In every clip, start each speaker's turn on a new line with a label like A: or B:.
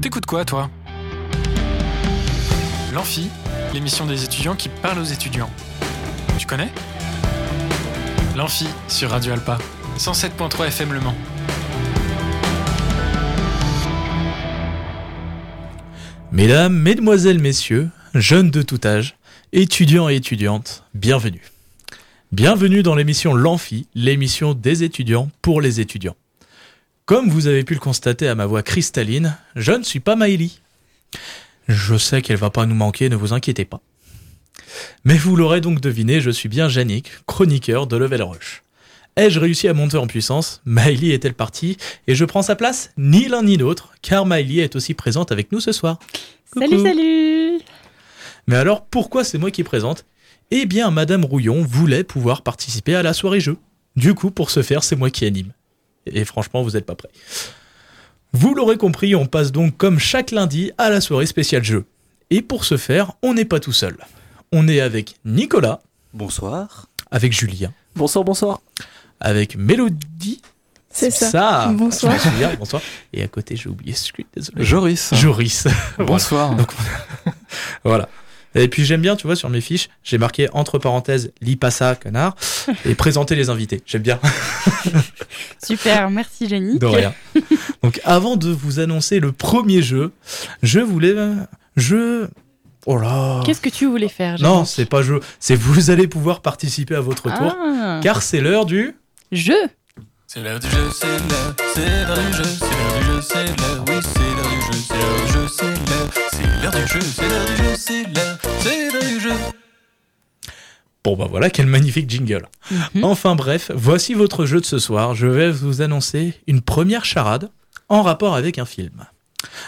A: T'écoutes quoi, toi L'Amphi, l'émission des étudiants qui parle aux étudiants. Tu connais L'Amphi sur Radio Alpa, 107.3 FM Le Mans.
B: Mesdames, Mesdemoiselles, Messieurs, jeunes de tout âge, étudiants et étudiantes, bienvenue. Bienvenue dans l'émission L'Amphi, l'émission des étudiants pour les étudiants. Comme vous avez pu le constater à ma voix cristalline, je ne suis pas Maëlie. Je sais qu'elle va pas nous manquer, ne vous inquiétez pas. Mais vous l'aurez donc deviné, je suis bien Yannick, chroniqueur de Level Rush. Ai-je réussi à monter en puissance Miley est-elle partie Et je prends sa place Ni l'un ni l'autre, car Miley est aussi présente avec nous ce soir.
C: Salut, salut
B: Mais alors, pourquoi c'est moi qui présente Eh bien, Madame Rouillon voulait pouvoir participer à la soirée jeu. Du coup, pour ce faire, c'est moi qui anime. Et franchement, vous n'êtes pas prêts. Vous l'aurez compris, on passe donc comme chaque lundi à la soirée spéciale jeu. Et pour ce faire, on n'est pas tout seul. On est avec Nicolas,
D: Bonsoir.
B: avec Julien,
D: Bonsoir, bonsoir.
B: avec Mélodie.
C: C'est ça.
B: Je
C: Bonsoir.
B: me souviens, bonsoir. Et à côté, j'ai oublié celui, désolé.
D: Joris.
B: Joris. Voilà.
D: Bonsoir.
B: Donc, voilà. Et puis j'aime bien, tu vois, sur mes fiches, j'ai marqué entre parenthèses, lis pas ça, connard, et présenter les invités. J'aime bien.
C: Super, merci Jenny.
B: De rien. Donc avant de vous annoncer le premier jeu, je voulais. Je. Oh là
C: Qu'est-ce que tu voulais faire Jenny
B: Non, c'est pas jeu. C'est vous allez pouvoir participer à votre tour,
C: Ah,
B: car c'est l'heure du.
C: jeu
A: C'est l'heure du jeu, c'est l'heure, c'est l'heure du jeu, c'est l'heure du jeu, c'est l'heure, oui, c'est l'heure du jeu, c'est l'heure du jeu, c'est l'heure, c'est l'heure du jeu, c'est l'heure du jeu, c'est l'heure, c'est l'heure du jeu.
B: Bon bah voilà, quel magnifique jingle.
C: Mhm.
B: Enfin bref, voici votre jeu de ce soir. Je vais vous annoncer une première charade en rapport avec un film.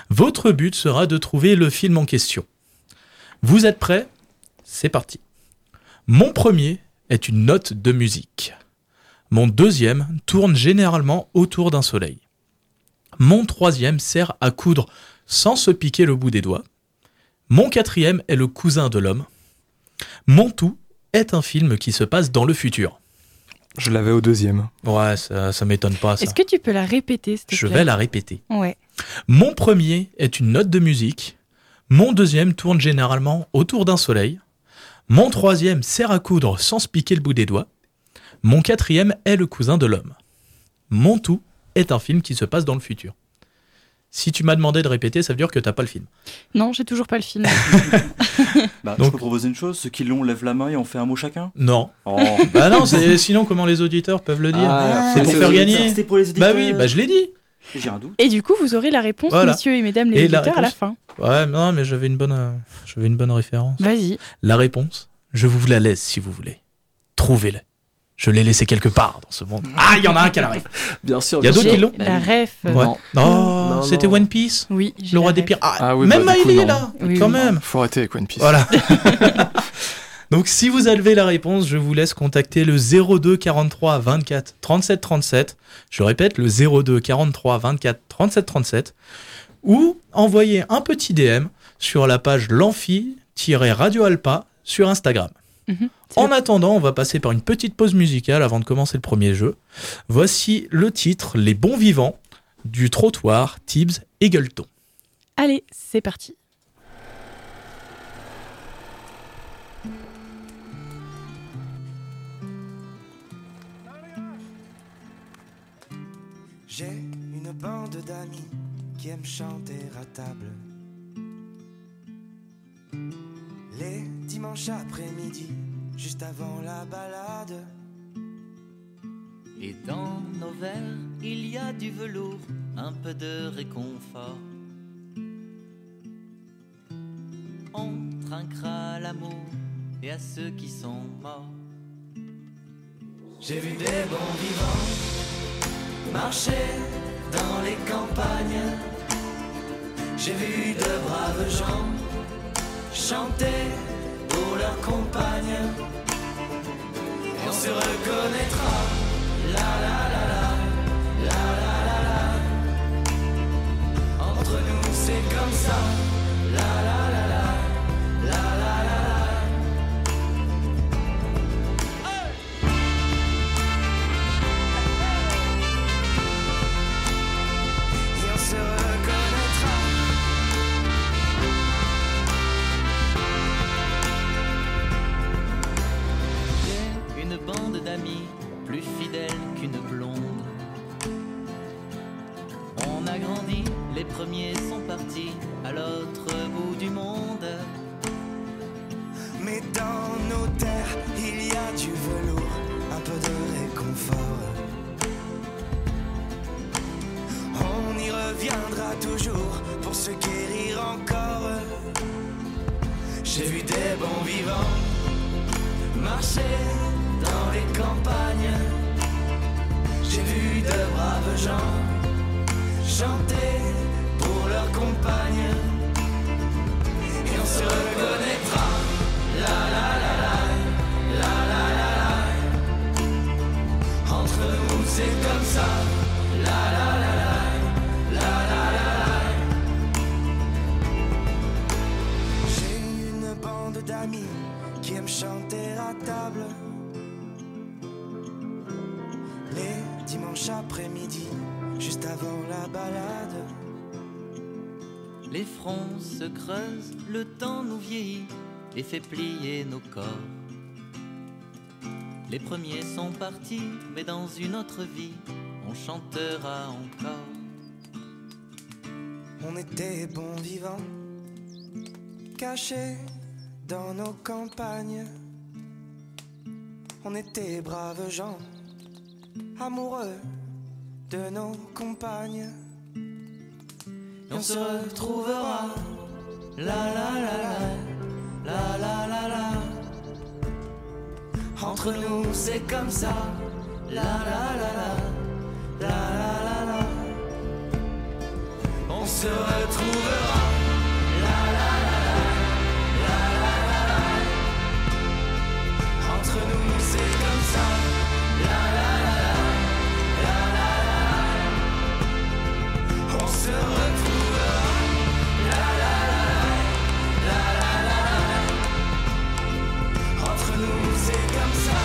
B: Votre but sera de trouver le film en question. Vous êtes prêts C'est parti. Mon premier est une note de musique. Mon deuxième tourne généralement autour d'un soleil. Mon troisième sert à coudre sans se piquer le bout des doigts. Mon quatrième est le cousin de l'homme. Mon tout est un film qui se passe dans le futur.
D: Je l'avais au deuxième.
B: Ouais, ça, ça m'étonne pas, Ah, ça.
C: Est-ce que tu peux la répéter, s'il te
B: Je
C: plaît
B: vais la répéter.
C: Ouais.
B: Mon premier est une note de musique. Mon deuxième tourne généralement autour d'un soleil. Mon troisième sert à coudre sans se piquer le bout des doigts. Mon quatrième est le cousin de l'homme. Mon tout est un film qui se passe dans le futur. Si tu m'as demandé de répéter, ça veut dire que t'as pas le film.
C: Non, j'ai toujours pas le film.
E: Bah,
B: Donc-
E: je peux proposer une chose, ceux qui l'ont lèvent la main et on fait un mot chacun.
B: Non.
E: Oh. Ah,
B: Bah non, c'est- sinon comment les auditeurs peuvent le dire c'est pour
E: les
B: faire
E: auditeurs,
B: gagner.
E: C'était pour les auditeurs.
B: Bah oui, bah je l'ai dit.
E: J'ai un doute.
C: Et du coup, vous aurez la réponse,
B: Voilà.
C: messieurs et mesdames les
B: Et la
C: auditeurs, à la
B: réponse.
C: fin.
B: Ouais, non, mais j'avais une bonne, euh, j'avais une bonne référence.
C: Vas-y.
B: La réponse, je vous la laisse si vous voulez. Trouvez-la. Je l'ai laissée quelque part dans ce monde. Ah, il y en a un qui arrive.
D: Bien sûr.
B: Il y a
D: bien
B: d'autres
D: sûr. Bah
C: J'ai
B: qui l'ont
C: La ref. euh.
B: Ouais.
D: Non.
B: Oh,
D: Non,
B: c'était
D: non.
B: One Piece,
C: Oui, j'ai
B: le
C: la
B: roi des
C: ref.
B: pirates. Ah,
D: Ah oui,
B: même
D: bah, du coup,
B: Miley est
D: non.
B: là,
C: Oui,
B: quand
C: oui.
B: même.
D: Faut arrêter avec One Piece.
B: Voilà. Donc, si vous avez la réponse, je vous laisse contacter le 02 43 24 37 37. Je répète, le 02 43 24 37 37. Ou envoyer un petit DM sur la page l'amphi-radio alpa sur Instagram.
C: Mhm. C'est
B: En
C: le-
B: attendant, on va passer par une petite pause musicale avant de commencer le premier jeu. Voici le titre Les bons vivants du trottoir Tibbs et Gueuleton.
C: Allez, c'est parti.
F: J'ai une bande d'amis qui aiment chanter à table. Les dimanches après-midi, juste avant la balade.
G: Et dans nos verres, il y a du velours, un peu de réconfort. On trinquera à l'amour et à ceux qui sont morts.
F: J'ai vu des bons vivants marcher dans les campagnes. J'ai vu de braves gens chanter pour leurs compagnes. Et on se reconnaîtra. La la la la, la la la la. Entre nous c'est comme ça. Et on se reconnaîtra.
G: Les premiers sont partis à l'autre bout du monde.
F: Mais dans nos terres, il y a du velours, un peu de réconfort. On y reviendra toujours pour se guérir encore. J'ai vu des bons vivants marcher dans les campagnes. J'ai vu de braves gens chanter pour leurs compagnes. Et on se reconnaîtra. Entre nous c'est comme ça J'ai une bande d'amis qui aiment chanter à table Les dimanches après-midi Juste avant la balade
G: Les fronts se creusent, le temps nous vieillit et fait plier nos corps. Les premiers sont partis, mais dans une autre vie, on chantera encore.
F: On était bons vivants Cachés dans nos campagnes On était braves gens Amoureux de nos compagnes Et on se retrouvera La la la la La la la la Entre nous c'est comme ça La la la la La la la la On se retrouvera La la la la La la la la Entre nous c'est comme ça La la la la La la la la On se retrouvera La la la la La la la la Entre nous c'est comme ça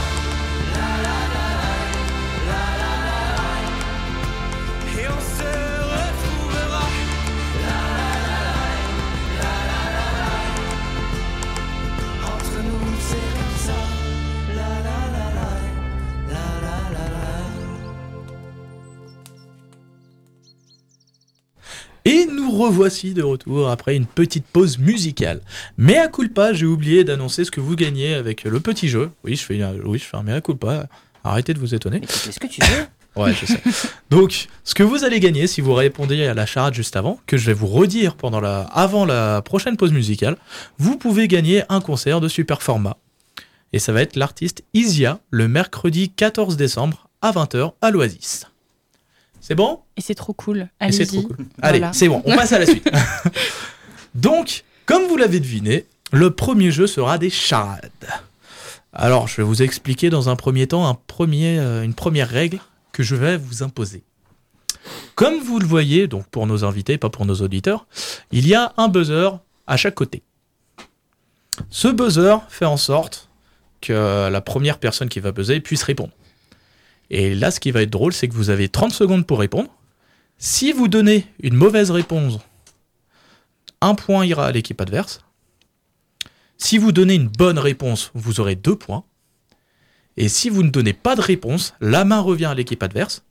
F: La la la la La la la la Et on se retrouvera La la la la La la la la Entre nous c'est comme ça La la la la La la la la
B: Et nous revoici de retour après une petite pause musicale. Mais à culpa, j'ai oublié d'annoncer ce que vous gagnez avec le petit jeu. Oui, je fais un, oui, je fais un mea culpa. Arrêtez de vous étonner.
G: Qu'est-ce que tu veux
B: Ouais, je sais. Donc, ce que vous allez gagner si vous répondez à la charade juste avant, que je vais vous redire pendant la, avant la prochaine pause musicale, vous pouvez gagner un concert de super format. Et ça va être l'artiste Isia le mercredi 14 décembre à 20h à l'Oasis. C'est bon
C: Et c'est trop cool.
B: et c'est trop
C: Allez-y.
B: cool.
C: Voilà.
B: Allez, c'est bon, on passe à la suite. Donc, comme vous l'avez deviné, le premier jeu sera des charades. Alors, je vais vous expliquer dans un premier temps un premier, euh, une première règle que je vais vous imposer. Comme vous le voyez, donc pour nos invités, pas pour nos auditeurs, il y a un buzzer à chaque côté. Ce buzzer fait en sorte que la première personne qui va buzzer puisse répondre. Et là, ce qui va être drôle, c'est que vous avez 30 secondes pour répondre. Si vous donnez une mauvaise réponse, un point ira à l'équipe adverse. Si vous donnez une bonne réponse, vous aurez deux points. Et si vous ne donnez pas de réponse, la main revient à l'équipe adverse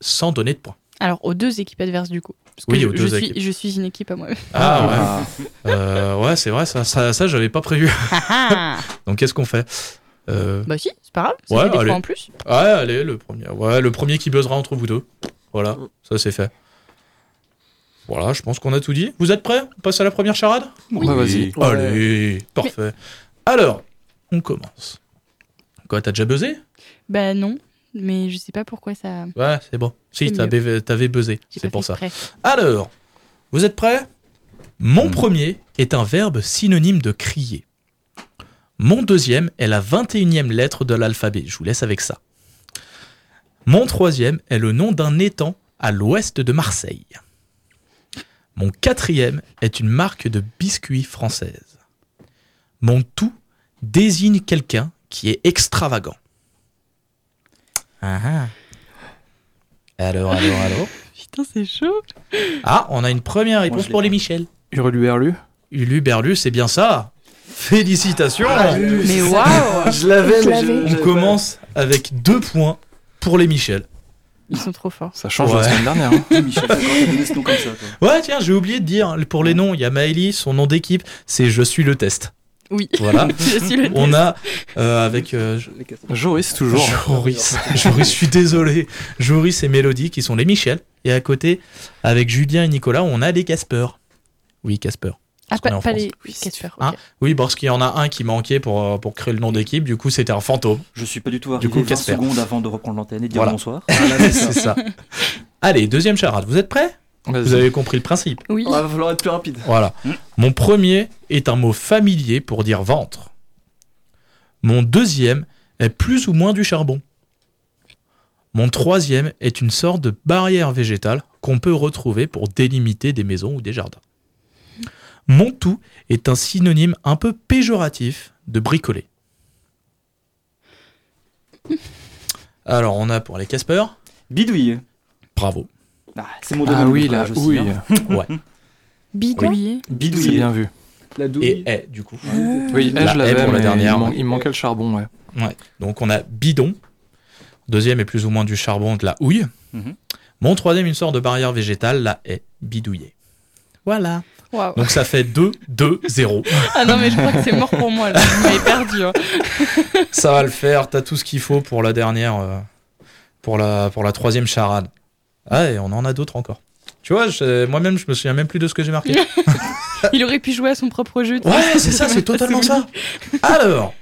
B: sans donner de points.
C: Alors, aux deux équipes adverses, du coup. Parce que
B: Oui,
C: je,
B: aux deux
C: je
B: équipes.
C: Suis, je suis une équipe à moi.
B: Ah ouais, Euh, ouais c'est vrai, ça, ça, ça, j'avais pas prévu. Donc qu'est-ce qu'on fait Euh,
C: Ah, bah si, c'est pas grave. Ça
B: Ouais,
C: fait des
B: allez.
C: points en plus.
B: Ouais, allez, le premier. Ouais, le premier qui buzzera entre vous deux. Voilà, ça c'est fait. Voilà, je pense qu'on a tout dit. Vous êtes prêts On passe à la première charade
C: Oui.
D: Bah vas-y.
B: Ouais. Allez, parfait. Alors, on commence. Quoi, t'as déjà buzzé
C: Bah non, mais je sais pas pourquoi ça...
B: Ouais, c'est bon. Si,
C: C'est mieux.
B: t'avais t'avais buzzé,
C: j'ai
B: c'est
C: pas
B: pour
C: fait
B: ça.
C: exprès.
B: Alors, vous êtes prêts Mon premier est un verbe synonyme de crier. Mon deuxième est la 21e lettre de l'alphabet. Je vous laisse avec ça. Mon troisième est le nom d'un étang à l'ouest de Marseille. Mon quatrième est une marque de biscuits française. Mon tout désigne quelqu'un qui est extravagant. Ah ah. Alors, alors, alors.
C: Putain, c'est chaud.
B: Ah, on a une première
E: Moi,
B: réponse
E: je l'ai
B: pour les
E: pas.
B: Michel.
D: Hurlu berlu.
B: Ulu Berlu, c'est bien ça. Félicitations.
D: Ah,
C: Mais waouh
D: Je l'avais,
H: Je l'avais.
B: on commence avec deux points pour les Michel.
C: Ils sont trop Ah, forts.
D: Ça change de la
B: Ouais.
D: semaine dernière. hein.
E: Michel, quand tu donné ce nom comme ça, toi.
B: Ouais, tiens, j'ai oublié de dire, pour les noms, il y a Maëlie, son nom d'équipe, c'est Je suis le test.
C: Oui.
B: Voilà.
C: Je suis le
B: On a, euh, avec euh, J-
D: Joris, toujours.
B: Joris, Joris, je suis désolé, Joris et Mélodie, qui sont les Michel. Et à côté, avec Julien et Nicolas, on a les Casper. Oui, Casper.
C: Ah,
B: qu'on est
C: pas,
B: en
C: pas
B: France.
C: les Casper. ok.
B: Hein Oui, parce qu'il y en a un qui manquait pour, euh, pour créer le nom d'équipe, du coup, c'était un fantôme.
E: Je suis pas du tout arrivé
B: coup,
E: 20
B: Casper.
E: secondes avant de reprendre l'antenne et de dire
B: Voilà.
E: bonsoir.
H: Ah,
B: c'est ça. Allez, deuxième charade, vous êtes prêts
D: Vas-y.
B: Vous avez compris le principe.
C: Oui.
D: va falloir être plus rapide.
B: Voilà.
E: Mm.
B: Mon premier est un mot familier pour dire ventre. Mon deuxième est plus ou moins du charbon. Mon troisième est une sorte de barrière végétale qu'on peut retrouver pour délimiter des maisons ou des jardins. Mon tout est un synonyme un peu péjoratif de bricoler. Alors on a pour les Casper,
E: Bidouille.
B: bravo.
E: Ah, c'est mon domaine.
D: Ah oui,
E: là,
D: la houille.
E: hein.
C: Bidouillé.
D: C'est bien vu.
B: Et eh, du coup.
D: Oui, eh,
B: La
D: je
B: haie
D: l'avais,
B: pour la
D: mais
B: dernière.
D: il, man- il manquait le charbon, ouais.
B: Donc on a bidon. Deuxième est plus ou moins du charbon, de la houille.
E: Mhm.
B: Mon troisième, une sorte de barrière végétale, la haie bidouillée. Voilà.
C: Waouh.
B: Donc ça fait 2, 2, 0.
C: Ah non, mais je crois que c'est mort pour moi là. Vous m'avez perdu. hein.
B: Ça va le faire, t'as tout ce qu'il faut pour la dernière, euh, pour la, pour la troisième charade. Ah, et on en a d'autres encore. Tu vois, je- moi-même, je me souviens même plus de ce que j'ai marqué.
C: Il aurait pu jouer à son propre jeu. tu sais.
B: Ouais, c'est ça, c'est totalement ça. Alors,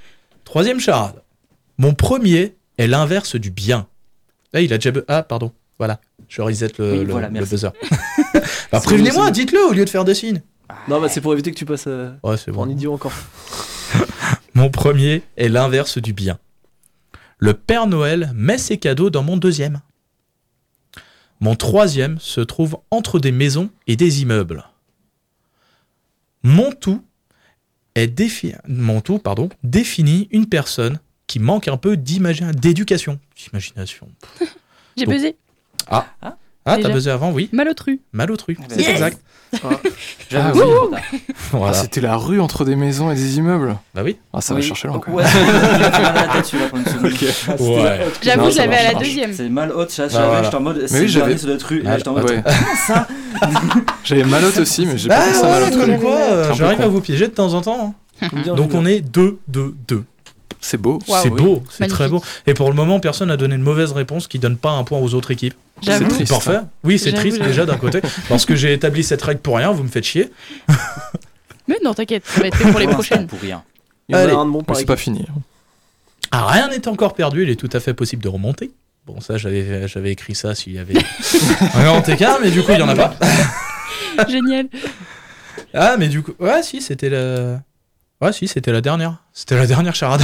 B: troisième charade. Mon premier est l'inverse du bien. Là, il a déjà. bu- Ah, pardon. Voilà. Je reset le,
E: Oui,
B: le-
E: voilà,
B: le
E: merci.
B: buzzer. bah, prévenez-moi, dites-le au lieu de faire des signes.
H: Non, bah c'est pour éviter que tu passes euh,
B: Ah. Ouais, c'est
H: pour un
B: bon.
H: idiot encore.
B: Mon premier est l'inverse du bien. Le Père Noël met ses cadeaux dans mon deuxième. Mon troisième se trouve entre des maisons et des immeubles. Mon tout est défi- mon tout, pardon, définit une personne qui manque un peu d'imagi- d'éducation. D'imagination.
C: J'ai
B: Donc-
C: buzzé.
B: Ah,
C: Déjà.
B: t'as buzzé avant, oui.
C: Malotru.
B: Malotru.
E: Ah, bah,
B: C'est
E: yes.
B: exact.
D: Ah,
E: oui.
D: oui. Ah,
B: Voilà.
D: c'était la rue entre des maisons et des immeubles.
B: bah oui.
D: Ah, ça
E: Oui.
D: va chercher loin, quoi.
E: Ouais, Ah, tu m'as mal à la tête, celui-là, pendant une seconde. Ah,
B: Ouais.
C: J'avoue,
D: Non,
C: je l'avais à
D: ça marche, ça
C: la
D: marche.
C: deuxième.
E: C'est mal haute, ça, je
B: Ah,
E: savais,
B: voilà. Ah,
E: j'étais en mode, c'est
D: oui,
E: le
D: j'avais-
E: dernier, ça doit être rue. Et là, j'étais en mode,
D: Ouais.
E: ça Bah
D: J'avais malotte aussi, mais j'ai pas
B: Ah,
D: pensé à
B: voilà,
D: malotte.
B: comme quoi,
D: C'est un
B: euh,
D: peu
B: j'arrive
D: con.
B: à vous piéger de temps en temps. hein. Donc on est 2, 2, 2.
D: C'est beau.
C: Waouh,
B: c'est
C: oui.
B: beau, c'est très beau.
C: Magnifique.
B: Et pour le moment, personne n'a donné de mauvaise réponse qui donne pas un point aux autres équipes.
C: J'avoue.
D: triste. hein.
B: Parfait. Oui, c'est
C: J'avoue,
B: triste
C: j'avoue.
B: déjà d'un côté, parce que j'ai établi cette règle pour rien, vous me faites chier.
C: Mais non, t'inquiète, ça va être fait pour les prochaines.
E: Pour rien.
H: Il y en a
B: Allez.
H: un de bon
D: Mais
H: par
D: c'est
H: équipe.
D: pas fini. hein.
B: Ah, rien n'est encore perdu, il est tout à fait possible de remonter. Bon, ça, j'avais, j'avais écrit ça s'il y avait un TK, mais du coup, il y en a pas.
C: Génial.
B: Ah, mais du coup, ouais, si, c'était la. Ouais, si, c'était la dernière. C'était la dernière charade.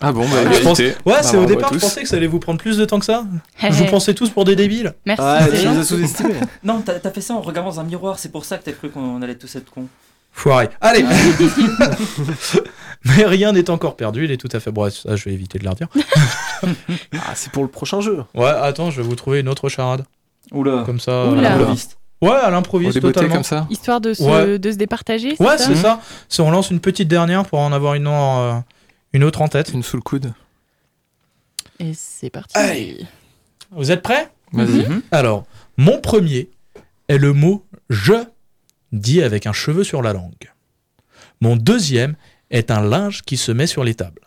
D: Ah bon, bah,
B: Je pense-
D: égalité.
B: Ouais,
D: Bah,
B: c'est au
D: bravo à
B: départ, je
D: tous.
B: pensais que ça allait vous prendre plus de temps que ça. Je vous pensais tous pour des débiles.
C: Merci.
E: Ah,
H: Ouais,
C: c'est
H: tu nous as
C: gentil.
H: sous-estimés.
E: Non, t'as t'as fait ça en regardant dans un miroir, c'est pour ça que t'as cru qu'on allait tous être cons.
B: Foiré. Allez Mais rien n'est encore perdu, il est tout à fait. Bon, ça, je vais éviter de leur dire.
H: Ah, c'est pour le prochain jeu.
B: Ouais, attends, je vais vous trouver une autre charade.
E: Oula.
B: Comme ça. euh,
C: Oula.
B: Ouais, à
D: On
B: l'improviste,
D: déboté
B: totalement.
D: comme ça
C: Histoire de se,
B: Ouais.
C: de se départager. ça
B: ouais, c'est
D: Mhm.
B: ça. Si on lance une petite dernière pour en avoir une, en, euh, une autre en tête.
D: Une sous le coude.
C: Et c'est parti.
B: Vous êtes prêts
D: Vas-y.
B: Alors, mon premier est le mot je, dit avec un cheveu sur la langue. Mon deuxième est un linge qui se met sur les tables.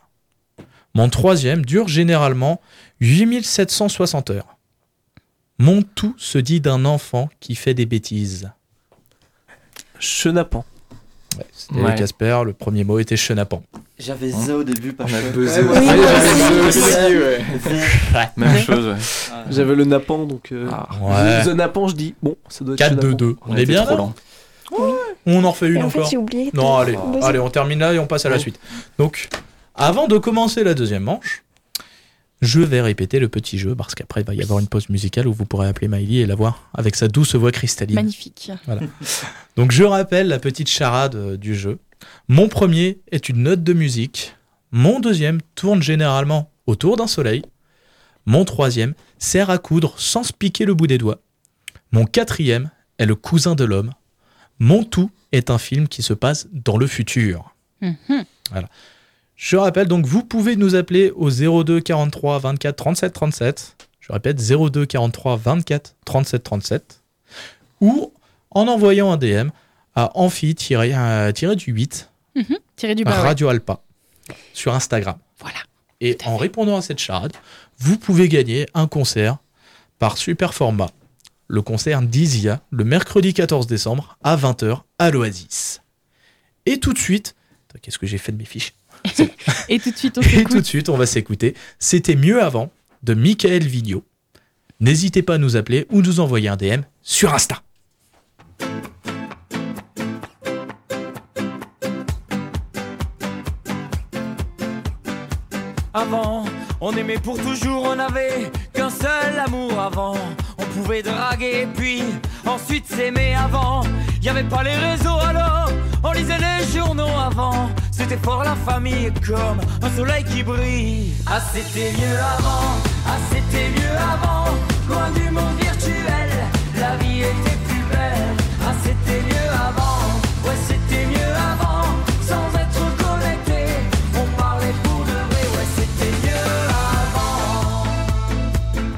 B: Mon troisième dure généralement 8760 heures. Mon tout se dit d'un enfant qui fait des bêtises.
H: Chenapan.
B: Ouais, C'était
D: Ouais. Hein
B: Casper, le premier mot était chenapan.
E: J'avais ça au début, pas
D: On a
E: cher.
D: buzzé.
H: ouais.
D: Ah,
H: Oui,
D: j'avais
H: aussi.
D: buzzé. Même chose, ouais.
H: J'avais le napan, donc. euh,
D: Ah,
B: Ouais.
H: The napan, je dis, bon, ça doit être.
B: 4-2-2. On,
D: a
B: est
D: été
B: bien
D: trop
B: là
D: lent.
B: On en refait une
I: Et en fait,
B: encore
I: j'ai oublié. de-
B: Non, allez,
I: Vas-y.
B: allez, on termine là et on passe à la suite. Donc, avant de commencer la deuxième manche, je vais répéter le petit jeu parce qu'après, il va y avoir une pause musicale où vous pourrez appeler Miley et la voir avec sa douce voix cristalline.
C: Magnifique.
B: Donc, je rappelle la petite charade euh, du jeu. Mon premier est une note de musique. Mon deuxième tourne généralement autour d'un soleil. Mon troisième sert à coudre sans se piquer le bout des doigts. Mon quatrième est le cousin de l'homme. Mon tout est un film qui se passe dans le futur.
C: Mhm.
B: Je rappelle donc, vous pouvez nous appeler au 02 43 24 37 37. Je Je répète, 02 43 24 37 37. Ou en envoyant un DM à amphi-du-8
C: mhm. Tiré du bas. ouais.
B: Radio Alpa sur Instagram.
C: Voilà.
B: Et
C: Tout à
B: en
C: fait.
B: répondant à cette charade, vous pouvez gagner un concert par super format. Le concert d'Isia, le mercredi 14 décembre à 20h à l'Oasis. Et tout de suite, Attends, qu'est-ce que j'ai fait de mes fiches
C: Et tout de suite, on
B: Et tout de
C: s'écoute.
B: suite, on va s'écouter. C'était mieux avant de Michael Vigneault. N'hésitez pas à nous appeler ou nous envoyer un DM sur Insta.
E: Avant, on aimait pour toujours, on n'avait qu'un seul amour avant. On pouvait draguer et puis ensuite s'aimer avant. Y avait pas les réseaux alors, on lisait les journaux avant. C'était fort la famille comme un soleil qui brille. Ah c'était mieux avant, ah c'était mieux avant. Loin du monde virtuel, la vie était plus belle. Ah c'était mieux avant, ouais c'était mieux avant. Sans être connecté, on parlait pour de vrai, ouais c'était mieux avant.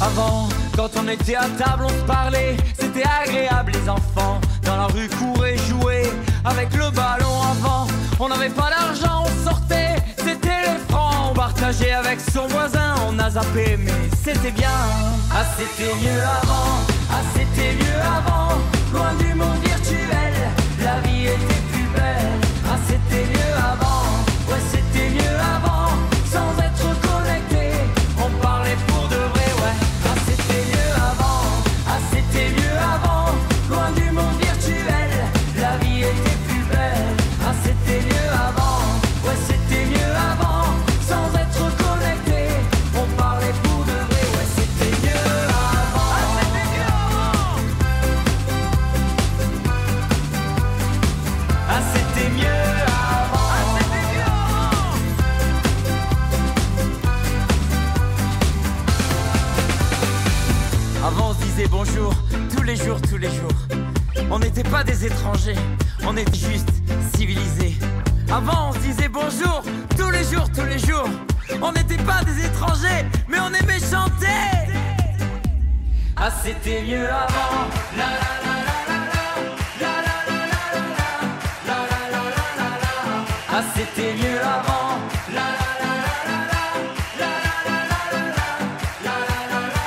E: Avant, quand on était à table, on se parlait, c'était agréable les enfants. Dans la rue, courir, jouer avec le ballon avant. On n'avait pas d'argent, on sortait, c'était les francs. On partageait avec son voisin, on a zappé, mais c'était bien. Ah, c'était mieux avant, ah, c'était mieux avant. Loin du monde virtuel, la vie était plus belle. Ah, c'était mieux avant, ouais, c'était mieux avant. Sans être connecté, on parlait pour de vrai, ouais. Ah, c'était mieux avant, ah, c'était mieux avant. Loin du monde virtuel, la vie était plus belle. Ah, c'était mieux avant, ouais, c'était mieux avant. Sans être connecté, on parlait pour de vrai, ouais, c'était mieux avant. Ah, c'était mieux avant. Ah c'était mieux avant Ah c'était mieux avant Avant on se disait bonjour tous les jours, tous les jours. On n'était pas des étrangers, on était juste civilisés. Avant on se disait bonjour tous les jours, tous les jours. On n'était pas des étrangers, mais on aimait chanter. Ah c'était mieux avant. La, la, la, la, la, la. La, la, la, la, la, la. La, la, la, la, la, la. Ah c'était mieux avant. La, la, la, la, la, la. La, la, la, la, la, la. La, la, la, la, la, la.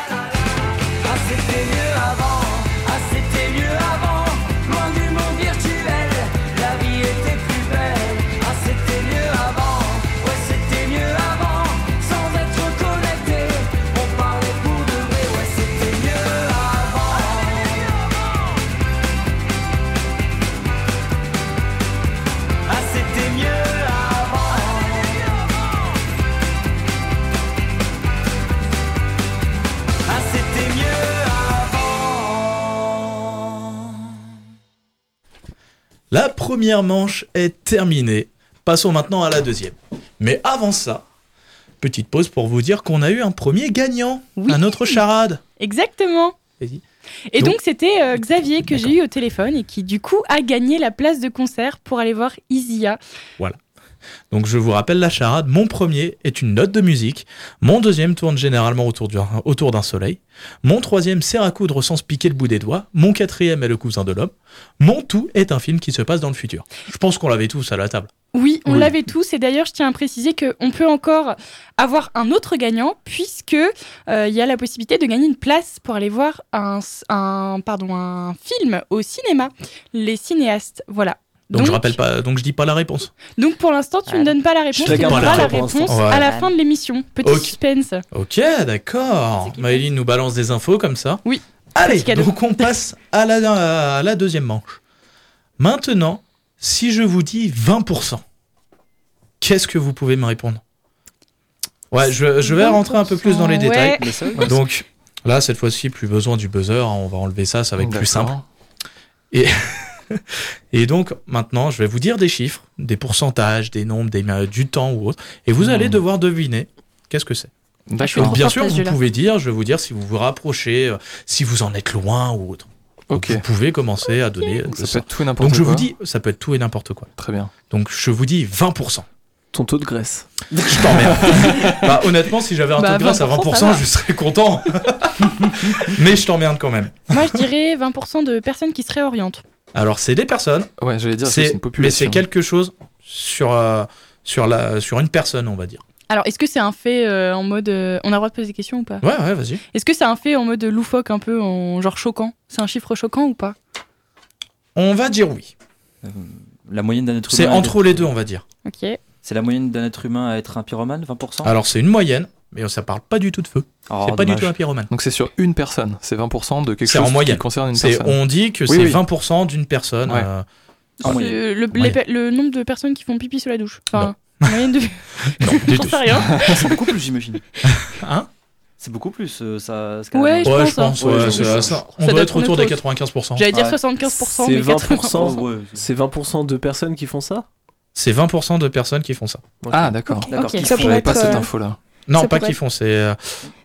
E: Ah c'était mieux avant, ah c'était mieux avant, loin du monde virtuel, la vie était plus belle, ah c'était mieux avant, ouais c'était mieux avant, sans être connecté, on parlait pour de vrai, ouais c'était mieux avant, ah c'était mieux avant, Ah, c'était mieux avant.
B: La première manche est terminée. Passons maintenant à la deuxième. Mais avant ça, petite pause pour vous dire qu'on a eu un premier gagnant,
C: Oui.
B: un autre charade.
C: Exactement.
B: Vas-y.
C: Et
B: Donc-
C: donc, c'était euh, Xavier que
B: D'accord.
C: j'ai eu au téléphone et qui, du coup, a gagné la place de concert pour aller voir Isia.
B: Donc je vous rappelle la charade. Mon premier est une note de musique. Mon deuxième tourne généralement autour du- autour d'un soleil. Mon troisième sert à coudre sans se piquer le bout des doigts. Mon quatrième est le cousin de l'homme. Mon tout est un film qui se passe dans le futur. Je pense qu'on l'avait tous à la table.
C: Oui, on
B: Oui.
C: l'avait tous. Et d'ailleurs, je tiens à préciser qu'on peut encore avoir un autre gagnant, puisque euh, il y a la possibilité de gagner une place pour aller voir un, s- un- pardon, un film au cinéma. Les cinéastes, voilà.
B: Donc, je rappelle pas. Donc je dis pas la réponse.
C: donc, pour l'instant, tu ne
G: Voilà.
C: donnes pas la réponse.
H: la
C: Tu
H: garde
C: donneras
B: pour
C: la
H: toi, pour
C: réponse
B: l'instant.
C: à la
G: Voilà.
C: fin de l'émission. Petit
B: Ok.
C: suspense.
B: Ok, d'accord.
C: C'est qui
B: Maëline nous balance des infos comme ça.
C: Oui.
B: Allez,
C: Petit cadeau.
B: donc on passe à la, à la deuxième manche. Maintenant, si je vous dis 20%, qu'est-ce que vous pouvez me répondre Ouais, je, je vais rentrer un peu plus dans les
C: Ouais.
B: détails.
D: Mais ça,
B: Donc là, cette fois-ci, plus besoin du buzzer. hein, on va enlever ça, ça va être plus simple. Et donc maintenant, je vais vous dire des chiffres, des pourcentages, des nombres, des, euh, du temps ou autre. Et vous allez
D: Hmm.
B: devoir deviner qu'est-ce que c'est.
C: Trop
D: D'accord.
C: Bien.
B: Bien
C: fort,
B: sûr,
C: ce
B: vous
C: jeu-là.
B: pouvez dire, je vais vous dire si vous vous rapprochez, euh, si vous en êtes loin ou autre. Donc,
D: Ok.
B: Vous pouvez commencer à donner. euh,
D: Ça
B: ça.
D: peut être tout et n'importe quoi.
B: Donc je vous dis, ça peut être tout et n'importe quoi.
D: Très bien.
B: Donc je vous dis 20%.
H: ton taux de graisse.
B: Je t'emmerde. bah, honnêtement, si j'avais un
C: Bah,
B: taux de graisse à
C: 20%, ça
B: 20%,
C: va.
B: je serais content. Mais je t'emmerde quand même.
C: Moi, je dirais 20% de personnes qui se réorientent.
B: Alors, c'est des personnes,
D: Ouais, j'allais dire,
B: c'est-
D: c'est une
B: mais
D: population.
B: c'est quelque chose sur, euh, sur, la, sur une personne, on va dire.
C: Alors, est-ce que c'est un fait euh, en mode. euh, on a le droit de poser des questions ou pas
B: Ouais, ouais, vas-y.
C: Est-ce que c'est un fait en mode loufoque, un peu en genre choquant C'est un chiffre choquant ou pas
B: On va dire oui.
I: La moyenne d'un être
B: C'est
I: humain. à
B: entre les deux, on va dire.
C: Ok.
I: être- C'est la moyenne d'un être humain à être un pyromane, 20%
B: Alors, c'est une moyenne, mais ça parle pas du tout de feu.
I: Oh,
B: C'est pas du
I: dommage.
B: tout un pyromane.
D: Donc c'est sur une personne, c'est 20% de quelque
B: C'est
D: chose
B: en moyenne.
D: qui concerne une
B: C'est-
D: personne.
B: On dit que
D: Oui,
B: c'est
D: oui.
B: 20% d'une personne.
D: Ouais.
B: euh,
I: En
C: Ce-
I: moyenne.
C: le, les
B: moyenne.
C: pe- le nombre de personnes qui font pipi sous la douche. Enfin, moyenne de.
B: non, du
C: J'en
B: tout.
C: sais rien.
I: C'est beaucoup plus, j'imagine.
B: Hein
I: C'est beaucoup plus, euh, ça. ce
C: Ouais,
I: qu'elle a
B: Ouais,
C: pense,
B: je pense.
I: hein.
B: ouais,
I: Ouais,
B: c'est-
I: je-
B: ça-
C: je-
B: on
C: ça
B: doit
C: doit
B: être autour
C: être
B: des
C: autre
B: 95%.
C: J'allais dire
I: Ouais.
C: 75%,
H: C'est
C: mais
H: 20%.
C: 80%.
I: dit. Ouais, c'est-
H: C'est 20% de personnes qui font ça
B: C'est 20% de personnes qui font ça.
D: Ah, d'accord.
I: D'accord,
C: Ok.
I: qui
J: Ça pourrait
I: font-
D: J'avais
J: être,
D: pas cette
J: euh,
D: info-là.
B: Non,
J: Ça
B: pas
J: pourrait
B: qui
J: être-
B: font, c'est. euh,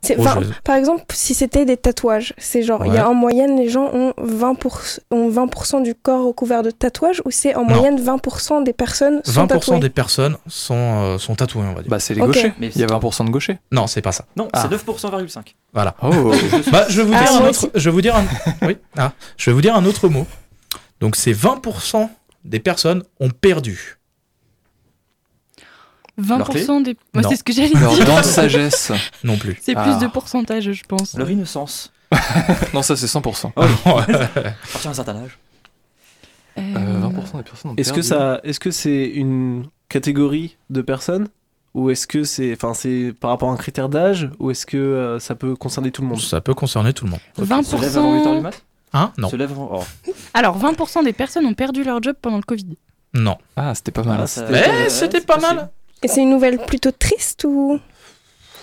J: C'est-
B: Oh,
J: enfin,
B: je-
J: Par exemple, si c'était des tatouages, c'est genre, il y a en moyenne, les gens ont 20%, ont 20 du corps recouvert de tatouages, ou c'est en
B: Non.
J: moyenne 20% des personnes sont
B: 20%
J: tatouées
B: des personnes sont, euh, sont tatouées, on va dire.
D: Bah, c'est les
J: Ok.
D: gauchers.
I: Mais
D: Il y a 20% de gauchers.
B: non, c'est pas ça.
I: Non,
D: Ah.
I: c'est 9,5%.
B: Voilà.
D: Oh
B: Bah, je vais vous
J: Ah,
B: dire un
J: moi
B: autre. Je vais vous dire un. Oui. Ah, je vais vous dire un autre mot. Donc, c'est 20% des personnes ont perdu.
C: 20% des. Moi,
B: Non.
C: c'est ce que j'allais
D: Leur
C: dire.
D: dent de sagesse.
B: Non plus.
C: C'est
D: Ah.
C: plus de pourcentage, je pense.
I: Leur innocence.
D: Non, ça c'est 100%.
I: Ah À partir d'un certain âge.
C: Euh,
D: Euh, 20% des personnes ont
H: Est-ce que
D: perdu.
H: ça, est-ce que c'est une catégorie de personnes ou est-ce que c'est, enfin, c'est par rapport à un critère d'âge ou est-ce que euh, ça peut concerner tout le monde
B: Ça peut concerner tout le monde.
I: Se lève avant 8h du
C: 20%.
I: mat
B: Hein Non.
I: Se lève avant. oh.
C: Alors, 20% des personnes ont perdu leur job pendant le Covid.
B: Non.
D: Ah, c'était pas
I: Ah,
D: mal.
I: ça-
B: Eh,
I: ouais,
B: c'était
I: c'est
B: pas
I: possible.
B: mal.
J: Et c'est une nouvelle plutôt triste ou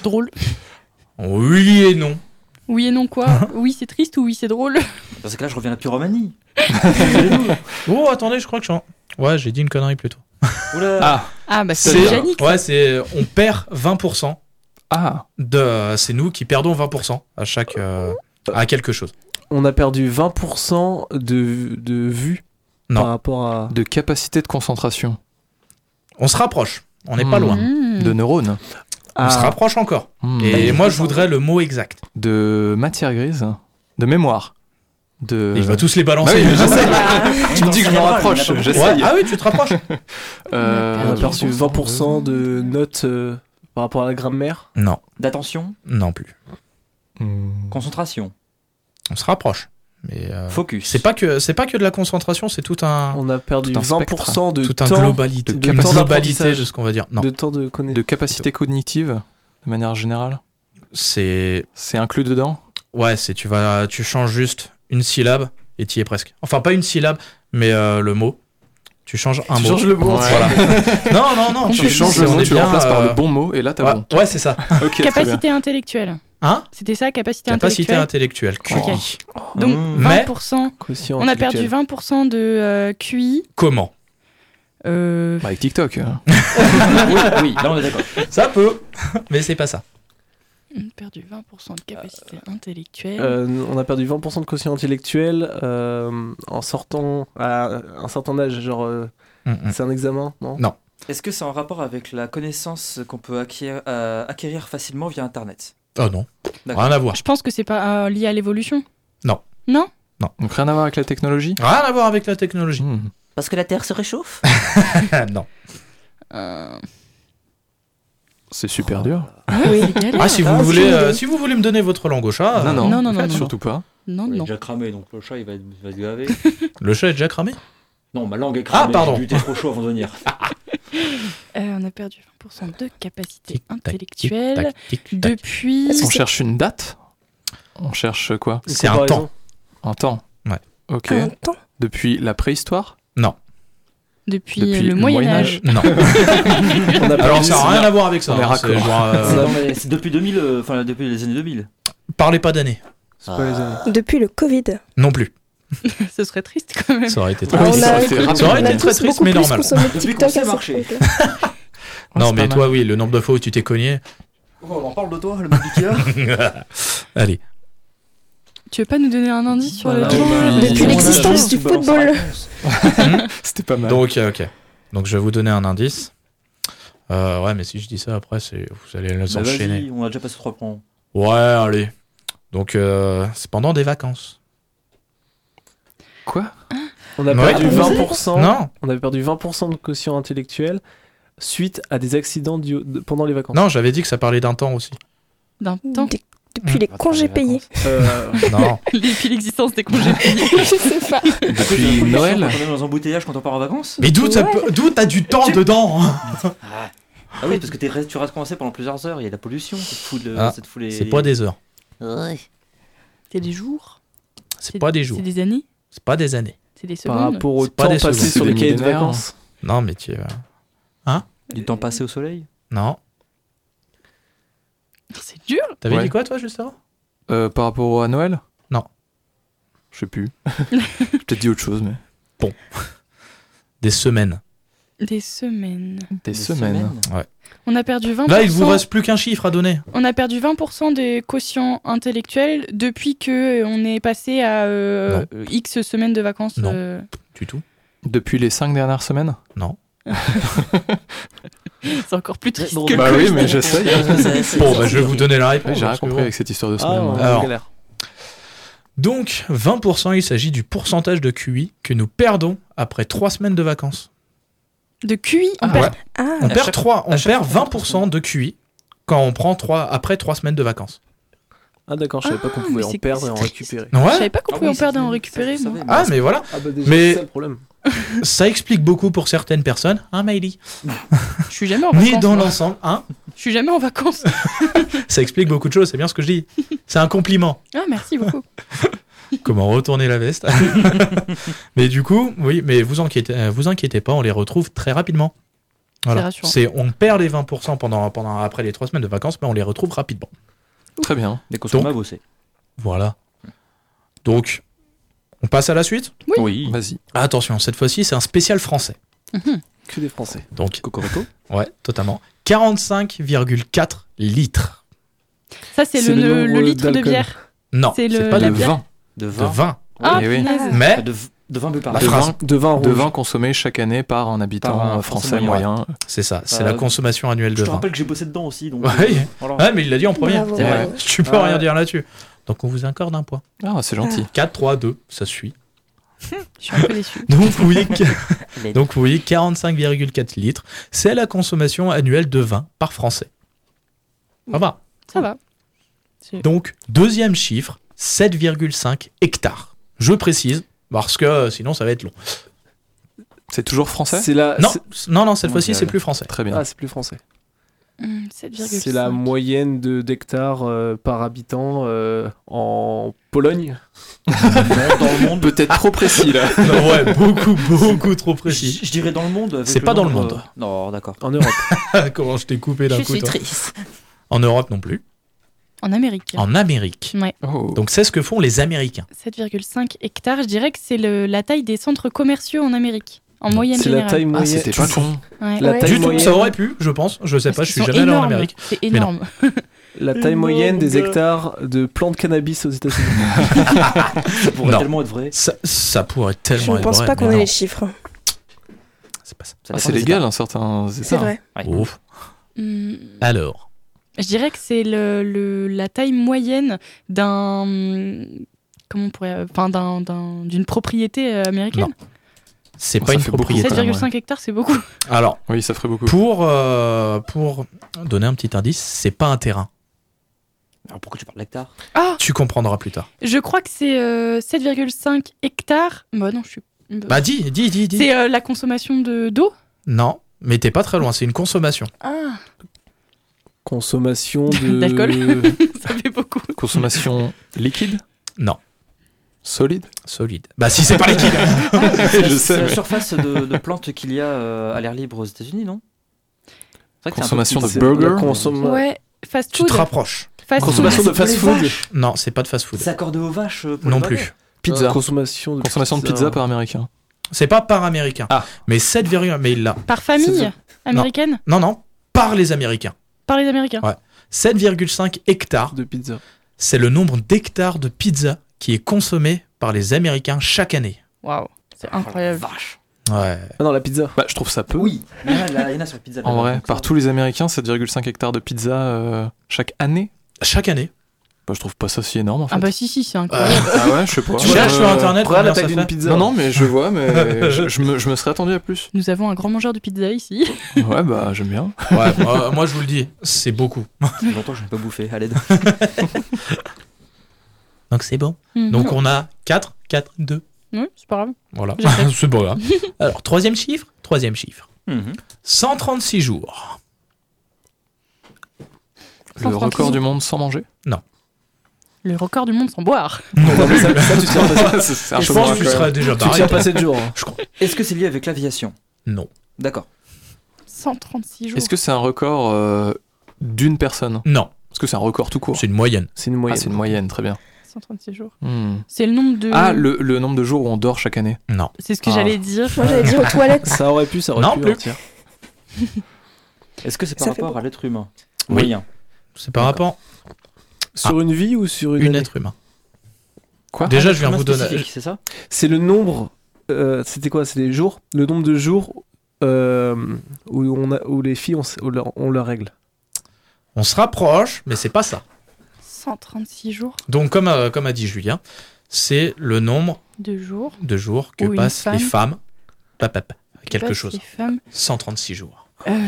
C: Drôle.
B: Oui et non.
C: Oui et non, quoi Oui, c'est triste ou oui, c'est drôle
I: Dans ce cas-là, je reviens à la pyromanie.
B: Oh, attendez, je crois que je. suis en- Ouais, j'ai dit une connerie plutôt.
I: Oula.
D: Ah,
C: Ah, bah
D: C'est-
C: c'est Yannick.
B: Ouais, c'est. On perd 20%.
D: ah,
B: De... C'est nous qui perdons 20% à chaque. euh, à quelque chose.
H: On a perdu 20% de, de vues
B: Non.
H: par rapport à.
D: de capacité de concentration.
B: On se rapproche. On n'est pas
D: Hmm.
B: loin.
C: Mmh.
D: De neurones.
B: On
I: Ah.
B: se
H: à-
B: rapproche encore.
D: Hmm.
B: Et
I: Mmh.
B: moi, je voudrais le mot exact.
D: De matière grise. De mémoire. De...
B: Il va tous les
D: Bah
B: balancer.
D: oui, je sais.
I: Tu
D: me dis que je m'en rapproche, j'essaie.
B: Ouais, Ah oui, tu te rapproches.
D: Euh,
H: on a perdu
B: 20%
H: 20% de notes euh, par rapport à la grammaire.
B: Non,
I: D'attention,
B: non plus.
D: hmm.
I: concentration,
B: On se rapproche. Mais euh,
I: focus.
B: c'est pas que c'est pas que de la concentration, c'est tout un
H: On a perdu
D: Tout un
H: 20% de
B: tout un
H: temps
B: globalité,
H: de
B: de
H: temps
B: globalité
H: d'apprentissage.
B: de ce qu'on va dire. Non,
H: de temps de connaissance.
D: De capacité cognitive, de manière générale.
B: c'est
D: C'est inclus dedans
B: ouais, c'est tu vas tu changes juste une syllabe et tu y es presque. Enfin pas une syllabe, mais euh, le mot. Tu changes un mot.
H: le mot.
B: Voilà. non non non,
D: Tu changes le
B: on
D: mot,
B: est
D: tu le
B: bien,
D: remplaces par
B: euh,
D: le bon mot, et là t'as
B: Ouais, ouais, c'est ça.
D: bon. Ok, très bien.
C: Capacité intellectuelle.
B: Hein
C: C'était ça, capacité,
B: Capacité
C: intellectuelle.
B: intellectuelle. QI.
C: Donc,
I: Mmh.
B: Mais-
C: 20%. On a perdu 20% de euh, QI.
B: Comment
C: Euh,
D: Bah, avec TikTok. hein.
I: oui, oui, là on est d'accord.
B: Ça peut, mais c'est pas ça.
C: on a perdu 20% de capacité intellectuelle.
H: Euh, on a perdu 20% de quotient intellectuel euh, en sortant à un certain âge. Genre, euh,
B: Mm, mm.
H: c'est un examen, non
I: Est-ce que c'est en rapport avec la connaissance qu'on peut acquérir, euh, acquérir facilement via Internet
B: Oh non,
I: D'accord.
B: rien à voir.
C: Je pense que c'est pas euh, lié à l'évolution.
B: Non. Ah,
C: Non
D: Donc rien à voir avec la technologie
B: Rien à voir avec la technologie.
D: Hmm.
G: Parce que la Terre se réchauffe
B: Ah, non.
C: Euh,
D: C'est super dur.
C: Oui, c'est galère.
B: Ah, si vous,
H: Ah, si
B: voulez,
H: vous
B: euh,
H: voulez.
B: si vous voulez me donner votre langue au chat, euh,
D: Non, non,
C: Ah. non, non,
D: en fait,
C: non, non.
D: surtout pas.
C: Non,
G: Il est
C: non.
G: déjà cramé, donc le chat il va, être- va se gaver.
B: le chat est déjà cramé.
G: non, ma langue est
B: Ah,
G: cramée.
B: pardon.
G: J'ai dû t'être trop chaud avant de venir.
C: Euh, on a perdu 20% de capacité
B: Tic, tac,
C: intellectuelle
B: Tac, tic, tac.
C: depuis.
J: Est-ce
D: On
J: que c'est-
D: cherche une date On cherche quoi
H: Une
B: C'est un
H: comparaison.
B: temps.
D: Un temps
B: Ouais.
D: Ok.
J: en temps
D: Depuis la préhistoire
C: Depuis,
D: Depuis
C: le,
D: le
C: Moyen
D: Moyen
C: Âge.
D: Âge.
B: Non.
H: On a
B: Alors
H: perdu-
B: ça n'a rien à voir avec ça.
D: On est
B: hein,
D: raccord.
B: c'est genre, euh,
I: C'est dans les- C'est depuis 2000, euh, enfin depuis les années 2000.
B: parlez pas d'années.
H: c'est pas les années.
J: depuis le Covid
B: Non plus.
C: Ce serait triste quand même.
B: Ça aurait été
D: Ah
B: très
D: oui,
J: Alors,
B: triste.
D: ça
J: on
D: aurait
J: a,
D: été
J: on
D: rapide.
B: Ça aurait
J: a
B: été très
J: tous
B: triste,
J: beaucoup
B: mais
J: plus
B: normal.
J: consommé
I: Depuis
J: TikTok
I: qu'on
J: à
I: sait
J: cette
I: marcher.
J: époque-là.
B: non,
D: c'est
B: mais
D: pas
B: toi, oui, le nombre de fois où tu t'es cogné.
I: on en parle de toi, le mec
B: Allez. Ah
C: Tu veux pas nous donner un indice sur
H: Voilà.
C: le temps
D: Depuis-
C: là, parce que-
J: Depuis
D: on a
J: l'existence
H: juste
J: du
H: du balance
J: football.
D: C'était pas mal.
B: Donc, euh, ok. Donc, je vais vous donner un indice. Euh, ouais, mais si je dis ça après, c'est vous allez les
I: Bah,
B: enchaîner.
I: vas-y, on a déjà passé trois points.
B: Ouais, allez. Donc, euh, c'est pendant des vacances.
H: Quoi On a
B: Ouais.
H: perdu
B: Ah, vous avez
H: 20%.
B: Non.
H: On avait perdu 20% de quotient intellectuel suite à des accidents dus- de- pendant les vacances.
B: Non, j'avais dit que ça parlait d'un temps aussi.
C: D'un temps.
J: Mmh,
B: Ah,
J: depuis les congés payés.
H: Euh,
B: Non,
C: Depuis l'existence des congés payés.
J: je sais pas.
B: depuis
I: J'ai l'impression
B: Noël.
I: Quand on est dans un embouteillage quand on part en vacances
B: Mais d'où ça
J: Ouais.
B: peut- d'où t'as du temps dedans
H: hein
I: Ah, Ah oui, parce que t'es restes- tu restes coincé pendant plusieurs heures, il y a de la pollution, cette foule. euh,
B: Ah,
I: cette foule
B: C'est pas des heures,
I: Ouais.
C: C'est des jours.
B: c'est pas des jours,
C: C'est des années.
B: c'est pas des années.
C: C'est des
H: par
C: secondes.
H: rapport au
B: C'est pas
H: temps
B: des
H: passé
B: secondes.
H: sur
D: C'est
H: les
D: des
H: cahiers de
D: millénaires.
H: vacances.
B: Non, mais tu euh,
I: Du temps passé au soleil
B: non.
C: C'est dur.
B: T'avais
D: Ouais.
B: dit quoi toi juste avant
D: Euh, par rapport au- à Noël
B: Non.
D: Je sais plus. J'ai peut-être dit autre chose, mais.
B: Des semaines.
C: Des semaines.
D: Des, semaines.
C: On a perdu 20%.
B: Là, il vous reste plus qu'un chiffre à donner.
C: On a perdu 20% des quotients intellectuels depuis que euh, on est passé à euh,
B: Non.
C: euh, X semaines de vacances.
B: Non.
C: euh.
B: Du tout.
D: Depuis les cinq dernières semaines
C: C'est encore plus triste
I: Bon,
C: que
D: Bah
C: le
D: oui,
C: Covid.
D: mais j'essaye.
B: Bon, bah, je vais vous donner la
D: Ouais,
B: réponse.
D: J'ai rien
B: parce que
D: compris
B: bon.
D: avec cette histoire de
H: Ah,
D: semaine.
H: on
B: Alors.
H: galère.
B: Donc, 20%, il s'agit du pourcentage de QI que nous perdons après 3 semaines de vacances.
C: De QI, on
B: Ah,
C: perd.
B: ouais.
J: Ah,
B: On
I: À
B: perd,
I: chaque-
B: 3, on
I: à chaque
B: perd
I: fois,
B: 20% de QI quand on prend 3, après 3 semaines de vacances.
H: Ah, d'accord, je savais pas qu'on
C: Ah,
H: pouvait
C: mais
H: en
C: c'est-
H: perdre et en
C: c'est-
H: récupérer.
C: Je
B: Ouais
C: savais pas qu'on
I: Ah
C: pouvait
I: oui,
C: en perdre et en
I: ça,
C: récupérer.
I: je
C: moi.
I: savais, mais
B: Ah, mais voilà,
H: Ah, bah déjà,
B: Mais-
H: c'est ça le problème.
B: ça explique beaucoup pour certaines personnes, hein, Maïli
C: Je suis jamais en vacances.
B: Mais dans
C: moi.
B: l'ensemble, hein,
C: Je suis jamais en vacances.
B: ça explique beaucoup de choses, c'est bien ce que je dis. C'est un compliment.
C: Ah, merci beaucoup.
B: Comment retourner la veste Mais du coup, oui, mais vous inquiétez, euh, vous inquiétez pas, on les retrouve très rapidement. Voilà.
C: rassurant.
B: C'est on perd les 20% pendant, pendant après les 3 semaines de vacances, mais on les retrouve rapidement.
D: Très bien.
I: Dès qu'on se remet à bosser.
B: Voilà. Donc, on passe à la suite.
I: Oui.
D: Vas-y.
B: Attention, cette fois-ci, c'est un spécial français.
H: Que des Français.
B: Donc,
D: Cocorico
B: ouais, totalement. 45,4 litres.
C: Ça, c'est
H: C'est
C: le,
H: le
C: le
H: nombre
C: litre de
H: d'alcool.
C: bière.
B: Non,
C: C'est
B: c'est
C: le-
B: pas
D: De
C: la
B: de,
C: bière.
D: 20.
I: De
B: de
I: 20.
B: 20.
C: Ah,
D: Eh oui.
C: punaise.
B: Mais
I: De, v- de 20 buts par
B: La
D: De
I: an.
B: phrase.
D: vin,
H: De vin rouge.
D: de vin consommé chaque année par un habitant
I: Par un
D: euh, français
I: Français
D: moyen.
B: c'est ça, c'est
I: Euh,
B: la consommation annuelle
I: Je
B: de
I: te
B: vin.
I: rappelle que j'ai bossé dedans aussi. Donc,
B: Ouais.
I: euh, voilà.
B: Ouais, mais il l'a dit en premier.
J: Bravo.
I: C'est vrai.
B: Ouais, Tu peux
H: Ah
B: rien
H: ouais.
B: dire là-dessus. Donc, on vous accorde un point.
D: Ah, c'est gentil.
B: 4, 3, 2, ça suit.
C: Je suis un peu déçue.
B: Donc, vous voyez que- Donc, vous voyez 45,4 litres, c'est la consommation annuelle de vin par français. Ça va.
C: Ça va.
B: Donc, deuxième chiffre, 7,5 hectares. Je précise, parce que euh, sinon ça va être long.
D: C'est toujours français
H: C'est la.
B: Non,
H: c'est-
B: c- non, non, cette fois-ci
I: Mondial.
B: c'est plus français.
D: Très bien.
H: Ah, c'est plus français.
C: Hum, 7,5.
H: C'est la moyenne de d'hectares euh, par habitant euh, en Pologne.
I: dans le monde.
D: Peut-être trop précis là.
B: Non, ouais, beaucoup, beaucoup trop précis.
I: Je, je dirais dans le monde. avec
B: C'est pas dans le
I: nombre,
B: monde.
I: euh, Non, d'accord.
H: En Europe.
B: Comment je t'ai coupé d'un coup. toi.
G: triste.
B: En Europe non plus.
C: En Amérique.
B: En Amérique.
D: Oh.
B: Donc, c'est ce que font les Américains.
C: 7,5 hectares, je dirais que c'est le- la taille des centres commerciaux en Amérique, en moyenne
H: C'est la
C: générale.
H: taille
D: Ah,
H: moyenne.
D: c'était pas con.
C: Ouais.
H: La
J: Ouais.
H: taille
B: Du tout,
H: moyenne,
B: ça aurait pu, je pense. Je
H: Ah,
B: sais pas,
C: Parce
B: je
C: qu'ils
B: suis
C: sont
B: jamais allé en
C: énormes.
B: Amérique.
C: C'est
B: non.
C: énorme.
H: la taille moyenne des hectares de plantes de cannabis aux États-Unis.
I: Ça pourrait
B: Non.
I: tellement être vrai.
B: Ça, ça pourrait
J: je
B: tellement
J: ne
B: être
J: pense
B: vrai,
J: pas
B: mais
J: qu'on ait
B: non,
J: les chiffres.
B: C'est pas ça.
D: Ah,
I: Ça dépend
D: c'est
I: des
D: légal, hein, certains États.
J: C'est vrai.
I: États. Ouais.
B: Ouf.
C: Hum,
B: Alors,
C: Je dirais que c'est le, le- la taille moyenne d'un comment on pourrait enfin d'un- d'un- d'une propriété euh, américaine.
B: c'est
D: Ça
B: pas une
D: fait beaucoup,
B: propriété.
D: quand même.
C: 7,5 hectares, c'est beaucoup.
B: Alors,
D: Oui, ça ferait beaucoup.
B: Pour, euh, pour donner un petit indice, c'est pas un terrain.
I: Alors pourquoi tu parles d'hectare
C: Ah,
B: Tu comprendras plus tard.
C: je crois que c'est euh, 7,5 hectares. Bah non, je suis.
B: Bah dis, dis, dis, dis.
C: c'est euh, la consommation de d'eau.
B: Non, mais t'es pas très loin, c'est une consommation.
C: Ah,
H: Consommation de.
C: D'alcool. ça fait beaucoup.
D: Consommation liquide
B: Non.
D: Solide
B: Solide. Bah si c'est pas liquide
D: Je sais,
I: C'est la
D: mais-
I: surface de, de plantes qu'il y a euh, à l'air libre aux États-Unis, non C'est vrai que c'est un peu
D: Consommation
I: petit.
D: de
H: C'est
D: burger.
H: la consomme-
C: Ouais, fast
B: Tu
C: food.
B: te rapproches.
C: Fast
H: Consommation
C: food.
H: de fast-food.
B: Non, c'est pas de fast-food.
I: C'est accordé aux vaches euh, pour
B: Non
I: les
B: plus.
I: bagels.
D: Pizza.
H: Consommation de
D: Consommation de pizza par américain.
B: C'est pas par américain.
D: Ah.
B: Mais 7,1 mais il l'a.
C: Par
H: C'est
C: famille
H: ça.
C: américaine
B: Non, non, par les américains.
C: Par les américains.
B: Ouais. 7,5 hectares,
H: De pizza.
B: c'est le nombre d'hectares de pizza qui est consommé par les américains chaque année.
C: Waouh, c'est
I: Oh la
C: incroyable.
I: vache.
B: Ouais.
H: Ah non, la pizza. Bah, je trouve ça peu.
I: Oui. Il y en a, là, il y en a sur la pizza.
D: En
I: là-bas,
D: vrai,
I: donc ça
D: par
I: va.
D: tous les Américains, 7,5 hectares de pizza euh, chaque année.
B: Chaque année. Euh,
D: Bah, je trouve pas ça si énorme en fait.
C: Ah bah si, si, c'est incroyable.
D: Ah ouais, je sais pas.
B: Tu cherches sur internet
H: regarde la
B: combien
H: taille
B: ça
H: d'une
B: fait
H: pizza.
D: Non, non, mais je vois, mais je, je me, je me serais attendu à plus.
C: Nous avons un grand mangeur de pizza ici.
D: Ouais, bah j'aime bien.
B: Ouais, moi, moi, je vous le dis, c'est beaucoup.
I: Ça fait longtemps que je n'ai pas bouffé, à l'aide.
B: Donc c'est bon.
C: Mhm.
B: Donc on a 4, 4, 2.
C: Oui, c'est pas grave.
B: Voilà,
C: Je sais.
B: c'est pas grave. Alors, troisième chiffre, troisième chiffre.
I: Mhm.
B: 136 jours.
C: Sans
D: Le record
C: franchise.
D: du monde sans manger.
C: Le record du monde sans boire.
H: Non, mais ça, ça, tu tiens pas-
D: C'est un
B: Je
D: peu
B: pense
D: moins
B: que tu
D: quand
B: seras
D: même.
B: déjà
H: tu
B: barré.
H: tiens pas 7 jours. hein.
I: Est-ce que c'est lié avec l'aviation
B: Non.
I: D'accord.
C: 136 jours.
D: Est-ce que c'est un record euh, d'une personne
B: Non,
D: Est-ce que c'est un record tout court
B: c'est une moyenne.
H: C'est une moyenne.
D: Ah, c'est une moyenne, très bien.
C: 136 jours.
D: Hmm.
C: C'est le nombre de.
D: Ah, le, le nombre de jours où on dort chaque année.
B: Non.
C: C'est ce que
D: Ah.
C: j'allais dire.
J: Moi, j'allais dire aux toilettes.
H: Ça aurait pu, ça aurait
B: Non
H: pu.
B: plus.
H: hein, tiens.
I: Est-ce que c'est par
J: Ça fait
I: rapport à l'être humain
B: Oui.
I: Moyen.
B: C'est par rapport
I: Ah.
H: Sur une vie ou sur une,
B: une
H: année
B: être humain.
D: Quoi
B: Déjà, je viens
I: Humain
B: vous donner.
I: spécifique, C'est ça
H: C'est le nombre. euh, C'était quoi C'était les jours Le nombre de jours euh, où, on a, où les filles ont, ont leur, ont leur règle.
B: On se rapproche, mais c'est pas ça.
C: 136 jours
B: Donc, comme, euh, comme a dit Julien, c'est le nombre
C: de jours.
B: de jours que
C: Ou une
B: passent les
C: femme.
B: femmes. Pap, pap, quelque
C: Bah,
B: chose.
C: c'est Femme.
B: 136 jours.
C: Euh,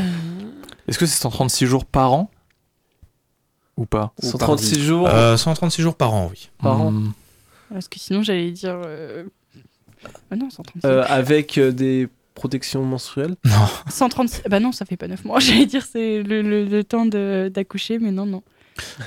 D: Est-ce que c'est 136 jours par an Ou pas
I: Ou
H: 136 jours
B: Euh, 136 jours par an, oui.
H: par an.
D: Hmm.
C: Parce que sinon, j'allais dire. euh, Ah non, 136.
H: euh, avec euh, des protections menstruelles.
C: 136. Bah non, ça fait pas 9 mois. J'allais dire c'est le, le- le temps de- d'accoucher, mais non, non.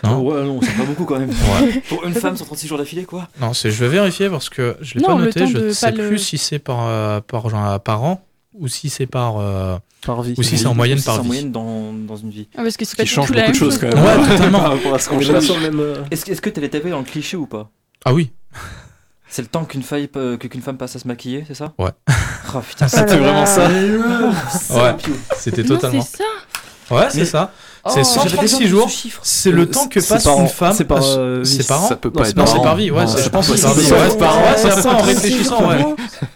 B: Non.
I: Oh, Ouais, non, c'est pas beaucoup quand même.
B: Ouais.
I: Pour une femme sur 36 jours d'affilée, quoi
B: Non, c'est- je vais vérifier parce que je l'ai
C: Non,
B: pas
C: le
B: noté.
C: temps
B: Je
C: de
B: ne sais
C: pas le-
B: plus si c'est par, euh, par, genre, par an ou si c'est par. euh,
H: Par vie.
B: Ou si c'est en
I: Ou
B: moyenne
I: si
B: par
I: c'est en
B: vie.
I: moyenne dans, dans une vie.
C: Ah, parce que c'est
D: Qui
C: pas
D: change
C: tout la
D: beaucoup
C: même
D: de choses
C: chose.
D: quand même.
B: Ouais, totalement.
H: Par rapport à ce qu'on
D: On est
H: cherche.
D: pas sur
H: même.
I: Est-ce que- est-ce que t'allais taper dans le cliché ou pas
B: Ah oui,
I: C'est le temps qu'une faille peut- que- qu'une femme passe à se maquiller, c'est ça
B: Ouais.
I: Oh putain,
J: Oh là
D: C'était vraiment
J: là.
D: ça.
B: ouais, c'était
C: Non, c'est
B: totalement.
C: Ah, ça.
B: Ouais, c'est
I: Mais-
B: ça.
C: Oh.
B: C'est 136 jours. C'est le temps que
H: C'est
B: passe
H: par an.
B: une femme.
H: C'est par,
B: à-
H: euh,
B: c'est
H: vie.
B: par an
D: Ça peut
H: Non,
D: pas
H: c'est
D: être
B: Non,
H: par
B: c'est
H: an.
B: par vie, ouais,
D: Non,
B: c'est-
D: c'est
B: je
D: pas
B: pense que c'est
D: possible.
B: par vie.
H: C'est par
B: Ouais, c'est par
H: an.
B: ouais, c'est après en
H: C'est
B: réfléchissant, ouais.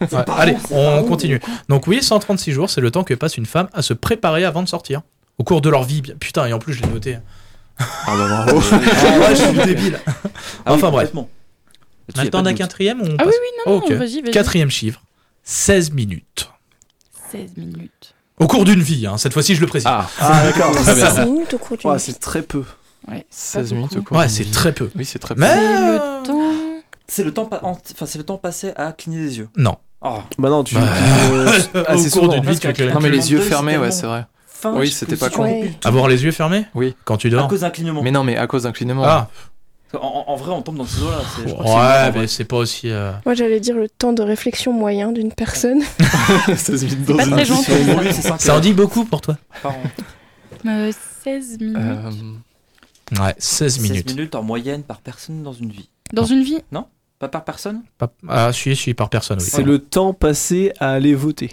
B: Ouais, Allez, on continue. Donc, oui, 136 jours, c'est le temps que passe une femme à se préparer avant de sortir. Au cours de leur vie. bien- Putain, et en plus, je l'ai noté.
D: Ah bah bravo.
B: Ouais, je suis débile.
I: Ah oui,
B: Enfin, bref.
I: complètement.
B: On a le temps d'un quatrième ou on
C: Ah oui,
B: passe
C: oui, non, non,
B: Ok.
C: vas-y, vas-y.
B: Quatrième chiffre 16 minutes.
C: 16 minutes.
B: Au cours d'une vie, hein, cette fois-ci, je le précise.
D: Ah,
H: Ah, d'accord.
B: Très bien.
J: 16 minutes au cours d'une
H: Ouais,
J: vie.
H: c'est très peu.
C: Ouais, c'est pas
D: 16 minutes
C: beaucoup.
D: quoi.
B: Ouais, c'est très peu.
D: Oui, c'est très
B: Mais.
D: peu.
B: euh,
C: Le temps.
I: C'est le temps pa- en- enfin, c'est le temps passé à cligner les yeux.
B: Non.
I: Oh,
H: Bah non, tu. euh,
B: Bah,
H: tu-
B: Au
H: assez
B: cours
H: souvent.
B: d'une vie, tu
I: Parce que-
B: éclaires.
D: Non, mais les yeux
I: Deux, c'est
D: fermés, ouais,
I: tellement-
D: c'est vrai.
I: fin,
D: Oui,
I: tu
D: c'était
I: peux-
D: pas
I: tu
D: con.
I: peux-
J: Ouais.
B: Avoir les yeux fermés
D: Oui.
B: Quand tu
I: À
B: dors
I: cause d'un clignement.
D: Mais non, mais à cause d'un clignement.
B: Ah,
I: En, en- en vrai, on tombe dans ce zoo-là. c'est- je crois que c'est
B: ouais,
I: une-
B: mais c'est pas aussi. euh,
J: Moi, j'allais dire le temps de réflexion moyen d'une personne.
D: 16 minutes dans
C: Pas
D: une
C: très
D: vie.
C: gentil.
I: Oui, c'est cinq
B: Ça en dit beaucoup pour toi
I: par an.
C: Euh, 16 minutes.
D: Euh,
B: Ouais, 16
I: 16
B: minutes.
I: minutes. en moyenne par personne dans une vie.
C: Dans une vie
I: Pas par personne
B: Pas- Ah, si, si, par personne, oui.
H: C'est le temps passé à aller voter.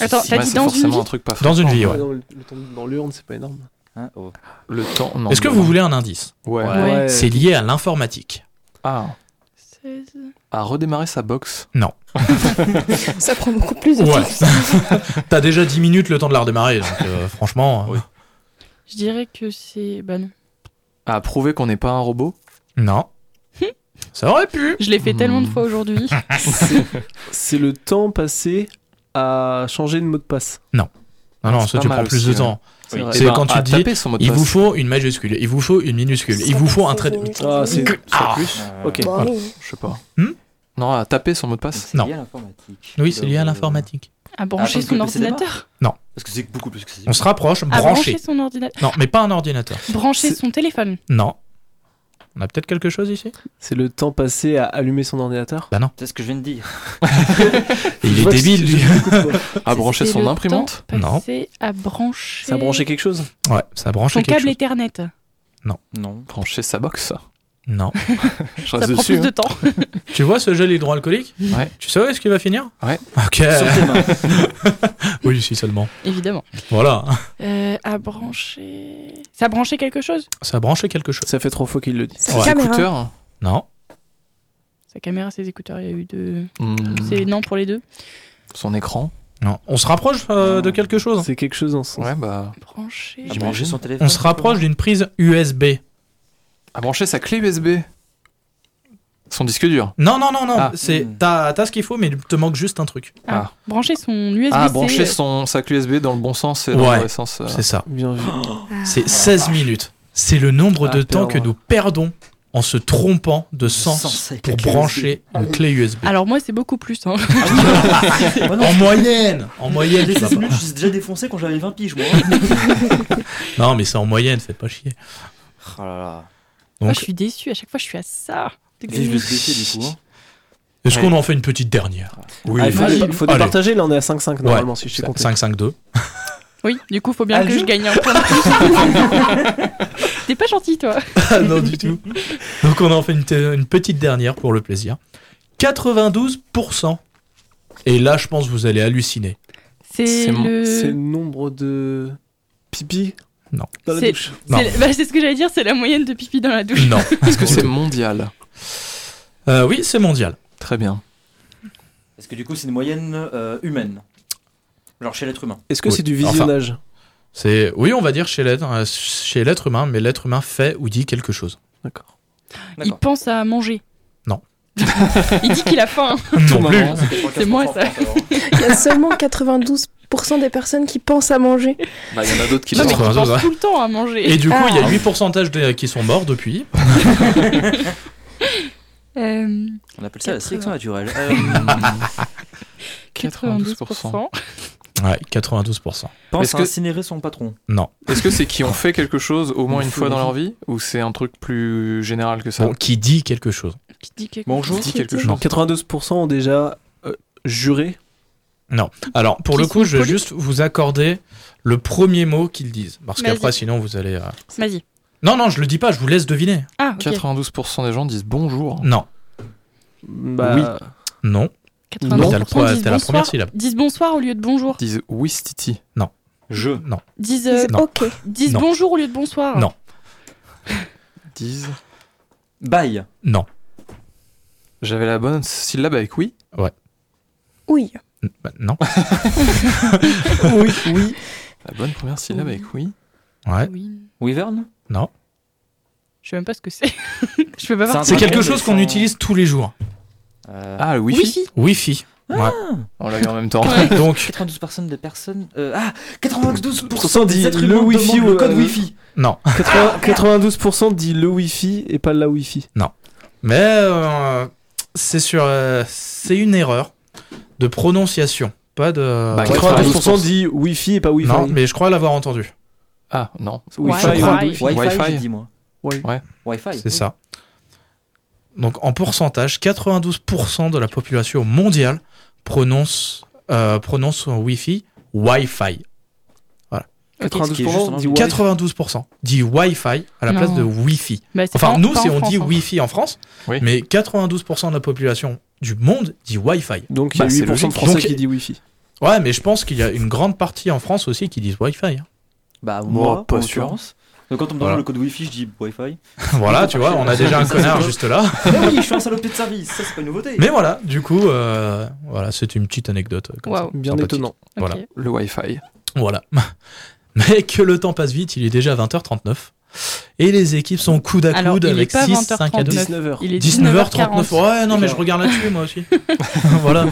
C: Attends,
D: ouais,
C: t'as dit
D: c'est
C: dans une
D: forcément
C: vie
D: un truc pas
B: Dans une
D: fréquent.
B: vie, ouais.
H: Dans le, le temps dans l'urne, c'est pas énorme.
I: Hein, oh.
D: Le temps, non.
B: Est-ce que
D: mais-
B: vous voulez un indice
D: Ouais.
C: Ouais.
B: C'est lié à l'informatique.
D: Ah,
C: 16.
D: à redémarrer sa box.
J: Ça prend beaucoup plus de
B: Ouais.
J: temps.
B: T'as déjà 10 minutes le temps de la redémarrer, donc euh, franchement. euh,
D: Oui.
C: Je dirais que c'est. Bah non.
D: À prouver qu'on n'est pas un robot.
B: Non. Ça aurait pu
C: Je l'ai fait
D: Hmm.
C: tellement de fois aujourd'hui.
H: C'est le temps passé à changer de mot de passe.
B: Non, non,
D: C'est
B: ça
D: pas
B: tu
D: mal
B: prends plus
D: aussi,
B: de
D: ouais.
B: temps.
H: C'est vrai.
B: C'est
D: Eh ben,
B: quand tu
D: à
B: dis,
D: taper son mot de
B: Il
D: passe.
B: vous faut une majuscule, il vous faut une minuscule, il vous faut un trait. de-
H: Ah, c'est
B: Ah.
H: c'est plus. Ok.
J: Bon,
B: Voilà.
J: oui.
D: euh, Bah, Je sais pas.
B: Hmm
D: non, à taper son mot de
I: Donc,
D: passe.
I: c'est
B: Non.
I: lié à l'informatique.
B: Oui, c'est lié à
I: Donc, euh,
B: l'informatique.
C: À Ah, brancher
I: Attends,
C: son
I: que le PC démarre
C: ordinateur.
I: Parce que c'est beaucoup plus que ça.
B: On se rapproche,
C: À brancher
B: brancher.
C: son ordinateur.
B: Non, mais pas un ordinateur.
C: Brancher
H: C'est-
C: son téléphone.
B: Non. On a peut-être quelque chose ici Bah
H: C'est le temps passé à allumer son ordinateur.
I: C'est ce que je viens de dire.
B: Il
H: Je
B: est
H: vois que
B: débile,
H: c'est-
B: lui.
H: je coupe, quoi.
I: Ah,
D: À Ah, brancher
C: C'est
D: son
C: le
D: imprimante.
C: temps
B: Non.
C: passé à brancher.
H: Ça a branché quelque chose
B: Ouais, ça branche
C: Son
B: quelque
C: câble
B: chose.
C: Ethernet.
I: Non.
D: Brancher sa box.
B: Non.
D: Je
C: Ça
D: reste
C: prend
D: dessus.
C: plus de temps.
B: Tu vois ce gel hydroalcoolique
D: Ouais.
B: Tu sais où est-ce qu'il va finir
D: Ouais.
B: Ok.
I: Sur tes mains.
B: oui, si seulement.
C: Évidemment.
B: Voilà.
C: Euh, à brancher. Ça a branché quelque chose
B: Ça a branché quelque chose.
H: Ça fait trois fois qu'il le dit.
J: Sa
B: Ouais.
D: hein.
J: caméra.
D: Écouteurs.
B: Non.
C: Sa caméra, ses écouteurs, il y a eu deux.
D: Hmm.
C: C'est non pour les deux.
D: Son écran
B: Non. On se rapproche euh, de quelque chose
H: C'est quelque chose en sens.
D: Ouais, bah.
C: Branché.
I: À brancher son téléphone.
B: On se rapproche d'une prise USB.
D: À brancher sa clé USB. Son disque dur.
B: Non, non, non, non.
D: Ah.
B: C'est T'as t'as ce qu'il faut, mais il te manque juste un truc.
C: Ah, Brancher son USB.
D: Ah,
C: euh,
D: brancher son, sa clé USB dans le bon sens et dans
B: Ouais.
D: le sens. euh,
B: C'est ça.
H: Bien vu.
C: Ah.
B: C'est 16 minutes. C'est le nombre de
H: Ah,
B: temps
H: perdre.
B: que nous perdons en se trompant de sens
I: sens avec
B: pour
I: la clé
B: brancher une clé USB.
C: Alors moi c'est beaucoup plus. hein.
I: Ah non,
B: En moyenne En moyenne,
I: les
B: tu vas
I: 16
B: pas-
I: minutes, je suis déjà défoncé quand j'avais 20 piges, moi.
B: Non, mais c'est en moyenne, faites pas chier.
I: oh là là.
C: Ah,
B: Donc-
C: je suis déçue. À chaque fois je suis à ça. de
I: Vive
C: gagner.
I: le défi, du coup. hein.
B: Est-ce qu'on en fait une petite dernière Oui.
H: Ah, il faut,
B: Allez.
H: dé- faut
B: Allez.
H: départager, là on est à 5-5 normalement si je t'ai compté.
B: 5-5-2.
C: Oui. Du coup faut bien
H: Ah,
C: que
H: je-
C: je gagne un point. de plus. T'es pas gentil toi.
B: Ah, non, du tout. Donc on en fait une, te- une petite dernière pour le plaisir. 92%. Et là, je pense que vous allez halluciner.
C: C'est
D: C'est mon-
C: le.
H: C'est le
C: C'est
H: nombre de pipi
B: Non.
H: dans la
C: C'est-
H: douche.
B: Non.
C: le- bah, c'est ce que j'allais dire. C'est la moyenne de pipi dans la douche.
B: Non.
D: Est-ce que c'est mondial
B: Euh, oui, c'est mondial.
D: Très bien.
I: Parce que du coup, c'est une moyenne euh, humaine. Genre chez l'être humain.
H: Est-ce que
B: Oui.
H: c'est du
B: Enfin.
H: visionnage
B: C'est oui, on va dire chez l'être euh, chez l'être humain, mais l'être humain fait ou dit quelque chose.
H: D'accord.
C: Il
I: D'accord.
C: pense à manger.
B: Non.
C: Il dit qu'il a faim.
B: Non plus.
I: Hein,
C: C'est moi,
I: 95% en France, alors.
J: Il y a seulement 92% des personnes qui pensent à manger.
D: Bah, il y en a d'autres qui
C: Non, mais il
D: sont.
B: 92, ouais.
C: pense tout le temps à manger.
B: Et du coup, il y a
J: Ah.
B: 8% de- qui sont morts depuis.
C: Euh,
I: On appelle ça la
C: 80.
I: sélection naturelle.
D: 92%.
C: 92%.
B: Ouais, 92%.
I: Pense
D: Est-ce
I: à
D: que-
I: incinérer son patron.
B: Non.
D: Est-ce que c'est qui ont fait quelque chose au moins
I: Ils
D: une
I: font
D: fois dans
I: des-
D: leur vie Ou c'est un truc plus général que ça
B: Bon, qui dit quelque chose.
C: Qui dit quelque
D: Bonjour.
C: chose.
D: Dis quelque
B: Non.
D: chose.
H: 92% ont déjà euh, juré.
B: Alors, pour
C: Qui
B: le coup,
C: sont
B: je vais
C: polis.
B: juste vous accorder le premier mot qu'ils disent, parce
C: Vas-y.
B: qu'après, sinon, vous allez. euh,
C: Vas-y.
B: Non, non, je le dis pas. Je vous laisse deviner.
C: Ah, ok.
D: 92% des gens disent bonjour.
B: Non,
H: Bah,
B: non.
C: 90%
B: Non, t'as le point-
C: disent
B: t'as la
C: bonsoir-
B: première syllabe.
C: Disent bonsoir au lieu de bonjour.
D: Ils disent oui, Stiti.
I: Je.
C: Disent, euh,
B: Non.
J: Ok.
C: disent
B: Non.
C: bonjour au lieu de bonsoir.
B: Non.
D: Ils disent.
I: Bye.
B: Non.
D: J'avais la bonne syllabe avec oui.
J: Oui.
B: N- bah, non.
H: oui, oui.
D: La bonne première syllabe
C: Oui.
D: avec oui.
B: Ouais.
C: Oui.
I: Wyvern
B: Non.
C: Je sais même pas ce que c'est. je peux pas voir.
B: C'est
I: un
B: quelque
I: truc
B: chose qu'on
I: sans-
B: utilise tous les jours.
I: Euh,
D: Ah, le wifi.
C: Wifi.
B: Wi-Fi.
I: Ah.
D: On l'avait en même temps.
B: Donc,
I: 92 personnes de personnes. euh, ah 92%
H: Pourcent dit
I: des êtres
H: le
I: humains
H: wifi
I: demandent le
H: ou,
I: code
H: euh,
I: Wi-Fi.
B: non.
H: 80 92% dit le Wi-Fi et pas la Wi-Fi.
B: Mais euh, c'est sur, euh, c'est une erreur de prononciation, pas de.
D: Bah,
H: 92% dit Wi-Fi et pas Wi-Fi.
B: non, mais je crois l'avoir entendu.
D: Ah, non.
H: Wi-Fi.
C: Ouais,
H: je crois.
C: ouais.
H: Wi-Fi.
I: Wi-Fi,
D: Wi-Fi.
I: j'ai dit moi.
H: Ouais.
D: Ouais.
I: Wi-Fi.
B: C'est ça. Donc en pourcentage, 92% de la population mondiale prononce euh, prononce en Wi-Fi Wi-Fi.
C: Ok.
H: 92% dit
I: Wi-Fi.
B: 92% dit Wi-Fi à la
C: Non.
B: place de Wi-Fi.
C: Bah, c'est
B: Enfin,
C: pas-
B: nous,
C: pas
B: si
C: en
B: on
C: France,
B: dit
C: hein.
B: Wi-Fi en France,
D: Oui.
B: mais 92% de la population du monde dit Wi-Fi.
H: Donc il y a
D: Bah, c'est
H: 8% de
D: logique.
H: Français
B: Donc-
H: qui dit Wi-Fi.
B: Ouais, mais je pense qu'il y a une grande partie en France aussi qui disent Wi-Fi. hein.
I: Bah,
D: Moi,
I: moi,
D: pas
I: pas
D: sûr.
I: sûr. Donc, quand on me
B: Voilà.
I: demande le code Wi-Fi, je dis Wi-Fi.
B: voilà, tu vois, on a déjà un connard juste là.
I: Ah oui, je suis un salopé de service, ça c'est pas une nouveauté.
B: Mais voilà, du coup, euh, voilà, c'était une petite anecdote. euh, Comme
C: Waouh.
B: ça,
H: Bien
B: sympathique.
H: étonnant.
C: Ok.
B: Voilà.
D: Le Wi-Fi.
B: Voilà. Mais que le temps passe vite, il est déjà 20h39. Et les équipes sont coude à coude
C: Alors, il est
B: avec
C: pas
B: 6, 5 à 2.
C: 19.
H: 19h.
C: Il est
B: 19h39.
C: 19h49.
B: Ouais, non, mais je regarde là-dessus, moi aussi. voilà.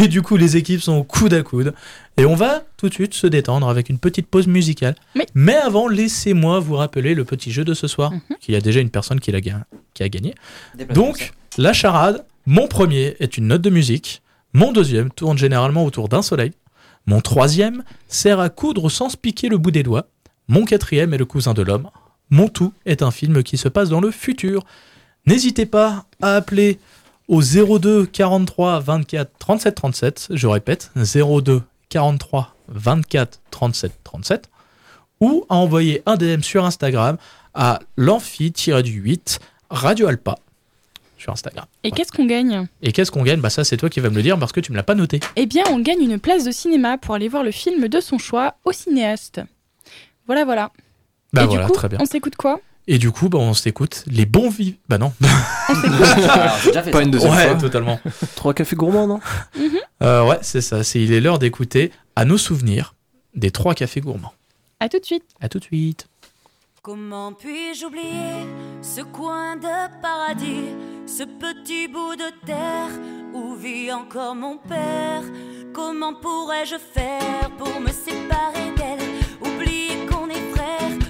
B: Et du coup, les équipes sont coude à coude. Et on va tout de suite se détendre avec une petite pause musicale.
C: Oui.
B: Mais avant, laissez-moi vous rappeler le petit jeu de ce soir, qu'il y a déjà une personne qui, l'a ga- qui a gagné.
I: Déplacement,
B: Donc, la charade, mon premier est une note de musique, mon deuxième tourne généralement autour d'un soleil, mon troisième sert à coudre sans se piquer le bout des doigts, mon quatrième est le cousin de l'homme, mon tout est un film qui se passe dans le futur. N'hésitez pas à appeler au 02 43 24 37 37, je répète, 02 43 24 37 37, ou à envoyer un DM sur Instagram à l'amphi-8 Radio Alpa sur Instagram.
C: Et qu'est-ce qu'on gagne
B: Et qu'est-ce qu'on gagne Bah ça c'est toi qui vas me le dire parce que tu me l'as pas noté.
C: Eh bien, on gagne une place de cinéma pour aller voir le film de son choix au cinéaste. Voilà, voilà.
B: Bah
C: Et
B: voilà,
C: du coup,
B: très bien.
C: on s'écoute quoi
B: Et du coup, bah, on s'écoute les bons vivants. Bah non.
I: Ah, j'ai déjà fait Mm-hmm.
D: Pas
I: ça.
D: une deuxième
B: ouais,
D: fois.
B: totalement.
H: 3 cafés gourmands, non
B: Euh, ouais, c'est ça. C'est, il est l'heure d'écouter à nos souvenirs des trois cafés gourmands.
C: À tout de suite.
B: À tout de suite.
K: Comment puis-je oublier ce coin de paradis, ce petit bout de terre où vit encore mon père Comment pourrais-je faire pour me séparer d'elle Oublier qu'on est frères,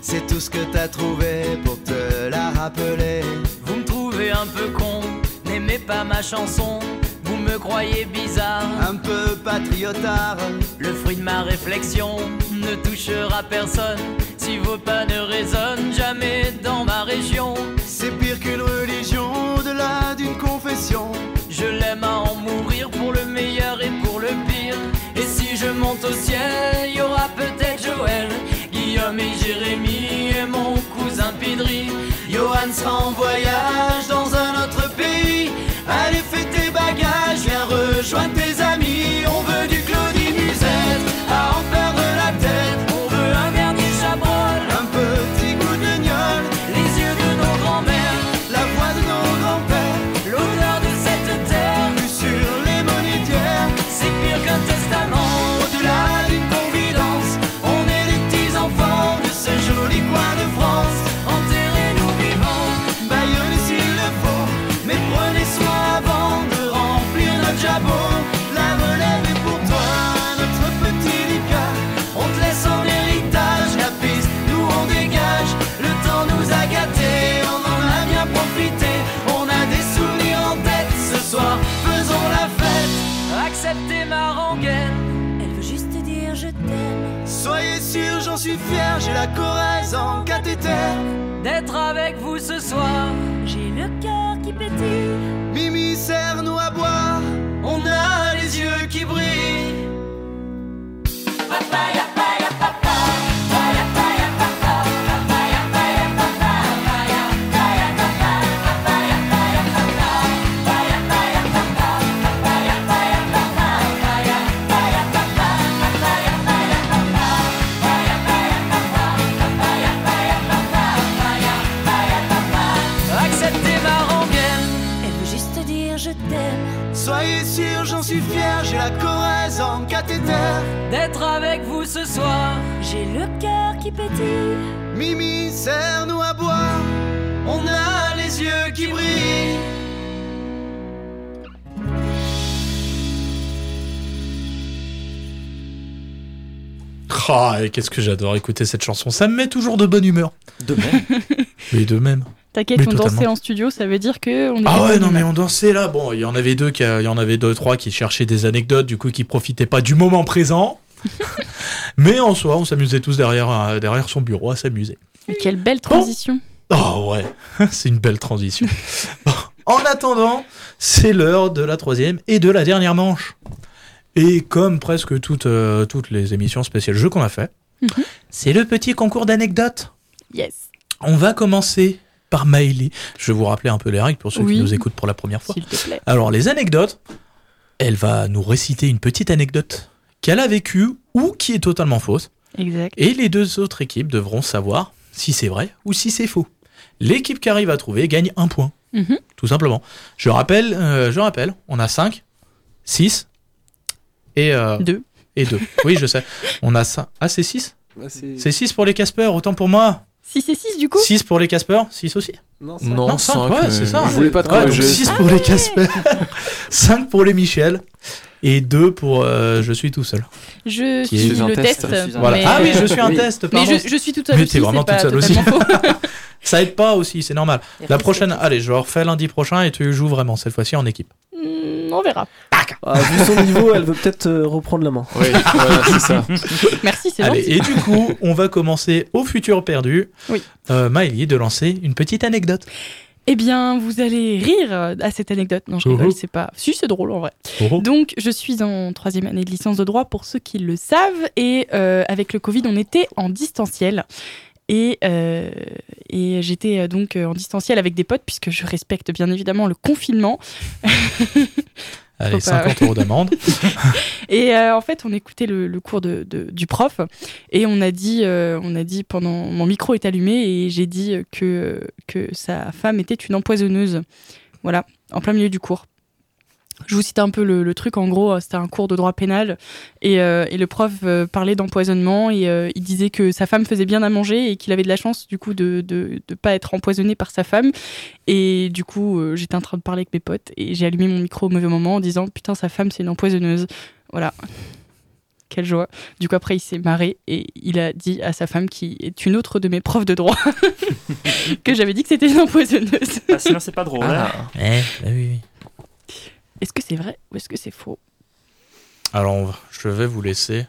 F: c'est tout ce que t'as trouvé pour te la rappeler.
G: Vous me trouvez un peu con, n'aimez pas ma chanson. Vous me croyez bizarre,
F: un peu patriotard.
G: Le fruit de ma réflexion ne touchera personne. Si vos pas ne résonnent jamais dans ma région,
F: C'est pire qu'une religion, au-delà d'une confession.
G: je l'aime à en mourir pour le meilleur et pour le pire. Et si je monte au ciel, il y aura peut-être Joël, Guillaume et Jérémy et mon cousin Pidri.
F: Johan sera en voyage dans un autre pays. Allez, fais tes bagages, viens rejoindre tes amis. On veut du Claudie Musette, à en perdre la tête.
G: On veut un dernier chabrol,
F: Un petit goût de gnôle,
G: les yeux de nos grands-mères,
F: la voix de nos grands-pères.
G: l'odeur de cette terre.
F: Plus sur les monétières,
G: C'est pire qu'un testament.
F: au-delà d'une confidence. On est les petits enfants de ce joli coin de France.
G: Enterrez-nous vivants.
F: Baillonnez s'il le faut, mais prenez soin avant de remplir notre jabot. La relève est pour toi, notre petit Lucas. On te laisse en héritage la piste, nous on dégage. Le temps nous a gâtés, on en a bien profité. On a des souvenirs en tête ce soir, faisons la fête.
G: Acceptez ma rengaine.
K: Elle veut juste te dire je t'aime.
F: Soyez sûrs, j'en suis fier, j'ai la Corrèze en cathéter.
G: D'être avec vous ce soir,
K: J'ai le cœur qui pétille.
F: Mimi, serre-nous à boire, on a les yeux qui brillent.
G: acceptez ma rengaine.
K: Elle veut juste te dire je t'aime.
F: Soyez sûrs, j'en suis fier, j'ai la Corrèze en cathéter.
G: D'être avec vous ce soir,
K: J'ai le cœur qui pétille.
F: Mimi, serre-nous à boire, on a les yeux qui brillent.
B: Ah, et qu'est-ce que j'adore écouter cette chanson. Ça me met toujours de bonne humeur.
L: De même.
B: Mais de même.
C: T'inquiète,
B: Mais
C: on
B: totalement.
C: dansait en studio, ça veut dire que on est
B: Ah ouais,
C: bonne
B: non, mais
C: humeur.
B: on dansait là. Bon, il y en avait deux, qui, il y en avait deux, trois qui cherchaient des anecdotes, du coup, qui profitaient pas du moment présent. mais en soi, on s'amusait tous derrière, euh, derrière son bureau à s'amuser.
C: Mais Quelle belle transition.
B: Oh ouais, c'est une belle transition. Bon, En attendant, c'est l'heure de la troisième et de la dernière manche. Et comme presque toutes, euh, toutes les émissions spéciales jeux qu'on a fait,
C: Mhm.
B: c'est le petit concours d'anecdotes.
C: Yes.
B: On va commencer par Maëlie. Je vais vous rappeler un peu les règles pour ceux
C: Oui.
B: qui nous écoutent pour la première fois.
C: S'il te plaît.
B: Alors, les anecdotes, elle va nous réciter une petite anecdote qu'elle a vécue ou qui est totalement fausse.
C: Exact.
B: Et les deux autres équipes devront savoir si c'est vrai ou si c'est faux. L'équipe qui arrive à trouver gagne un point,
C: Mhm.
B: tout simplement. Je rappelle, euh, je rappelle on a 5, 6 et 2.
C: Deux.
B: et deux. Oui, je sais. On a 5. Ah, c'est 6
H: Bah, c'est-
B: C'est 6 pour les Casper, autant pour moi.
C: 6 et 6 du coup
B: 6 pour les Casper, 6 aussi.
H: Non, c'est-
D: Non,
B: Non, cinq,
D: cinq,
B: ouais,
D: mais
B: c'est ça.
D: Je voulais pas te
B: Ouais, donc
D: corriger.
B: 6 pour les Casper, 5 pour les Michel et 2 pour euh, Je suis tout seul.
C: Je
B: Qui
C: suis
B: est-
D: Je suis un
C: le
D: test,
C: test.
L: je suis un
B: Voilà.
C: mais-
B: Ah oui, je suis un
H: Oui.
B: test,
C: Mais
B: pardon.
C: je, je suis toute seule
B: Mais
C: aussi.
B: t'es vraiment
C: c'est pas
B: toute seule aussi.
C: totalement faux.
B: Ça aide pas aussi, c'est normal. La prochaine, allez, je le refais lundi prochain et tu joues vraiment cette fois-ci en équipe.
C: Hmm, on verra.
H: Ah, vu son niveau, elle veut peut-être euh, reprendre la main.
D: Oui, voilà, c'est ça.
C: Merci, c'est
B: Allez,
C: gentil.
B: et du coup, on va commencer au futur perdu.
C: Oui.
B: Euh, Maëlie de lancer une petite anecdote.
C: Eh bien, vous allez rire euh, à cette anecdote. Non, je
B: Uhou.
C: rigole, c'est pas. Si, c'est drôle en vrai.
B: Uhou.
C: Donc, je suis en troisième année de licence de droit pour ceux qui le savent. Et euh, avec le Covid, on était en distanciel. Et, euh, et j'étais euh, donc euh, en distanciel avec des potes, puisque je respecte bien évidemment le confinement.
B: Allez,
C: Faut pas-
B: 50 euros d'amende.
C: Et euh, en fait, on écoutait le, le cours de, de- du prof et on a dit, euh, on a dit pendant mon micro est allumé et j'ai dit euh, que que sa femme était une empoisonneuse. Voilà, en plein milieu du cours. Je vous cite un peu le, le truc. En gros, euh, c'était un cours de droit pénal et, euh, et le prof euh, parlait d'empoisonnement et euh, il disait que sa femme faisait bien à manger et qu'il avait de la chance du coup de de, de pas être empoisonné par sa femme. Et du coup, euh, j'étais en train de parler avec mes potes et j'ai allumé mon micro au mauvais moment en disant putain sa femme c'est une empoisonneuse. Voilà. Quelle joie. Du coup, après, il s'est marré et il a dit à sa femme, qui est une autre de mes profs de droit, que j'avais dit que c'était une empoisonneuse.
M: Ah, sinon, c'est pas drôle.
B: Ah.
M: hein.
C: Est-ce que c'est vrai ou est-ce que c'est faux
B: Alors, on va- je vais vous laisser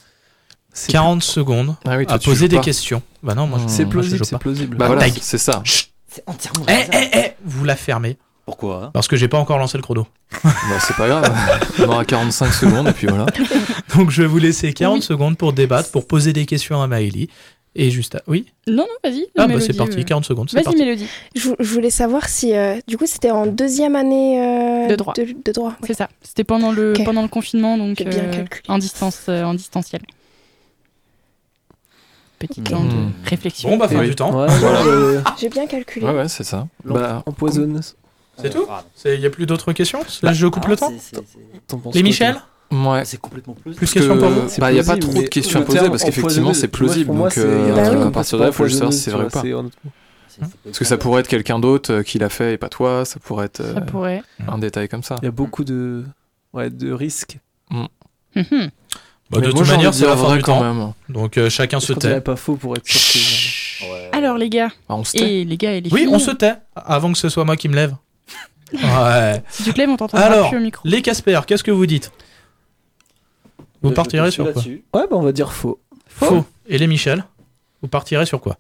B: 40 secondes
D: Ah oui, toi,
B: à
D: tu
B: poser
D: joues
B: des
D: pas.
B: questions. Bah non, moi je
D: C'est
B: moi, je
D: plausible,
B: joue
D: c'est
B: pas.
D: plausible.
B: Ah,
D: Bah voilà,
B: ta
D: c'est ça.
B: Chut.
I: C'est entièrement.
B: Eh, eh, eh, vous la fermez.
I: Pourquoi
B: Parce que j'ai pas encore lancé le chrono.
D: hein Bah, c'est pas grave. On aura 45 secondes et puis voilà.
B: Donc je vais vous laisser 40
C: Oui.
B: secondes pour débattre, pour poser des questions à Maëlie. Et juste à... Oui
C: Non, non, vas-y.
B: Ah bah
C: Mélodie,
B: c'est parti,
C: euh.
B: 40 secondes, c'est
C: Vas-y,
B: parti.
C: Mélodie.
J: Je, vou- je voulais savoir si, euh, du coup, c'était en deuxième année euh,
C: De droit.
J: De, de droit.
C: C'est ça. C'était pendant le, pendant le confinement, donc
J: J'ai bien
C: euh,
J: calculé.
C: en, distance, euh, en distanciel. Petit temps de réflexion.
B: Bon bah fin
D: Oui.
B: du temps.
D: Ouais, voilà,
H: euh,
D: le-
J: J'ai bien calculé.
D: Ouais, ouais, c'est ça. Bah,
H: empoisonneuse.
I: Euh,
B: C'est tout Il n'y a plus d'autres questions
I: Bah,
B: Là je
I: ah,
B: coupe le temps
D: T'en penses
B: Les
D: quoi,
B: Michel
D: Ouais.
I: C'est complètement plausible.
B: Plus de questions pour vous
D: Parce que, Bah, il n'y a pas trop de questions à poser parce qu'effectivement, c'est plausible. Donc, euh, à partir de là, il faut juste savoir si c'est vrai ou pas. Parce que ça pourrait être quelqu'un d'autre euh, qui l'a fait et pas toi. Ça pourrait être euh,
C: Ça pourrait.
D: un détail comme ça.
B: Bah,
H: Il y a beaucoup de, ouais, de risques.
C: Mhm.
B: Bah, De
D: Mais moi,
B: toute
D: j'ai
B: manière
D: envie de
B: c'est la
D: dire
B: fin
D: vrai
B: du
D: quand
B: temps.
D: même.
B: Donc euh, chacun se
H: Je dirais
B: tait.
H: pas faux pour être sûr que.
C: Alors, les gars.
D: Ah, on se tait.
C: et les gars, et les
B: Oui
C: filles.
B: on se tait, avant que ce soit moi qui me lève. Ouais.
C: Si tu te lèves, on t'entendra
B: Alors,
C: plus au micro.
B: les Casper, qu'est-ce que vous dites Vous
D: Euh,
B: partirez sur quoi
H: Ouais, bah on va dire faux.
B: Faux. Et les Michel Vous partirez sur quoi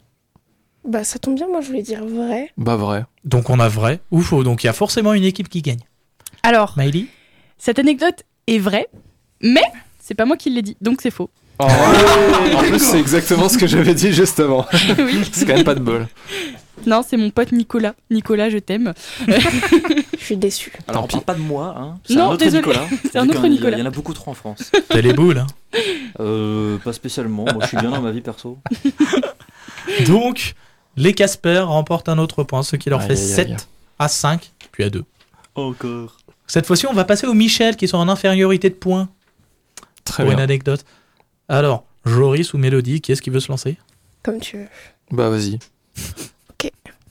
J: Bah, ça tombe bien, moi, je voulais dire vrai.
D: Bah vrai.
B: Donc on a vrai ou faux. Donc il y a forcément une équipe qui gagne.
C: Alors,
B: Maëlie
C: cette anecdote est vraie, mais c'est pas moi qui l'ai dit, donc c'est faux.
M: Oh.
D: en plus, c'est exactement ce que j'avais dit juste avant. c'est quand même pas de bol.
C: Non, c'est mon pote Nicolas. Nicolas, je t'aime.
J: Je suis déçue.
I: Alors, on parle pas de moi, hein. C'est
C: Non,
I: un autre
C: désolé.
I: Nicolas.
C: C'est un
I: Vu
C: autre
I: qu'il y en a-
C: Nicolas.
I: Il y en a beaucoup trop en France.
B: T'as les boules. hein.
I: Euh, pas spécialement. Moi, je suis bien dans ma vie perso.
B: Donc les Casper remportent un autre point, ce qui leur
D: Aïe,
B: fait
D: aïe, aïe.
B: 7 à 5, puis à 2.
I: Encore.
B: Cette fois-ci, on va passer aux Michel qui sont en infériorité de points.
D: Très
B: pour une
D: bien.
B: anecdote. Alors, Joris ou Mélodie, qui est-ce qui veut se lancer
J: Comme tu veux.
D: Bah vas-y.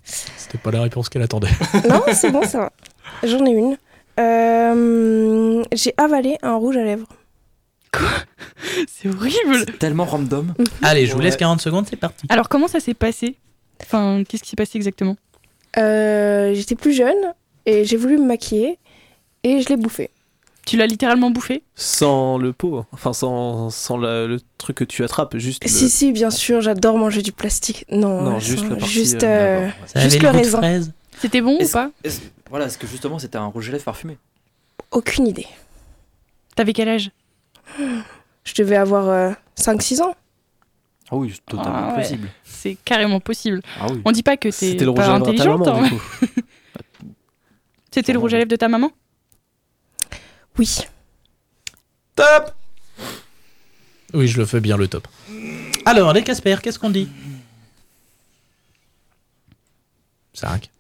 B: C'était pas la réponse qu'elle attendait.
J: Non, c'est bon, ça va. J'en ai une. Euh, J'ai avalé un rouge à lèvres.
C: C'est horrible.
I: Tellement random.
B: Allez, je vous
I: Ouais.
B: laisse 40 secondes, c'est parti.
C: Alors, comment ça s'est passé Enfin, qu'est-ce qui s'est passé exactement
J: Euh, J'étais plus jeune et j'ai voulu me maquiller et je l'ai bouffé.
C: Tu l'as littéralement bouffé
H: Sans le pot, enfin sans, sans la- le truc que tu attrapes, juste. le-
J: Si, si, bien sûr, j'adore manger du plastique. Non,
H: Non,
J: ça,
H: juste la partie,
J: juste,
H: euh,
J: euh,
H: d'accord, ouais.
B: Ça
J: juste
B: avait
J: le
B: le goût de
J: raisin.
B: fraise.
C: C'était bon ou
I: Est-ce-
C: pas
I: est-ce- Voilà, est-ce que justement c'était un rouge à lèvres parfumé
J: Aucune idée.
C: T'avais quel âge
J: Je devais avoir euh, 5-6 ans.
I: Ah oui, c'est totalement
C: Ah ouais.
I: plausible.
C: C'est carrément possible.
I: Ah oui.
C: On dit pas que t'es
H: C'était le rouge
C: pas
H: à lèvres à ta
C: intelligente.
H: maman,
C: hein.
H: du coup.
C: C'était le rouge à lèvres de ta maman
J: Oui.
B: Top Oui, je le fais bien le top. Alors, les Casper, qu'est-ce qu'on dit 5,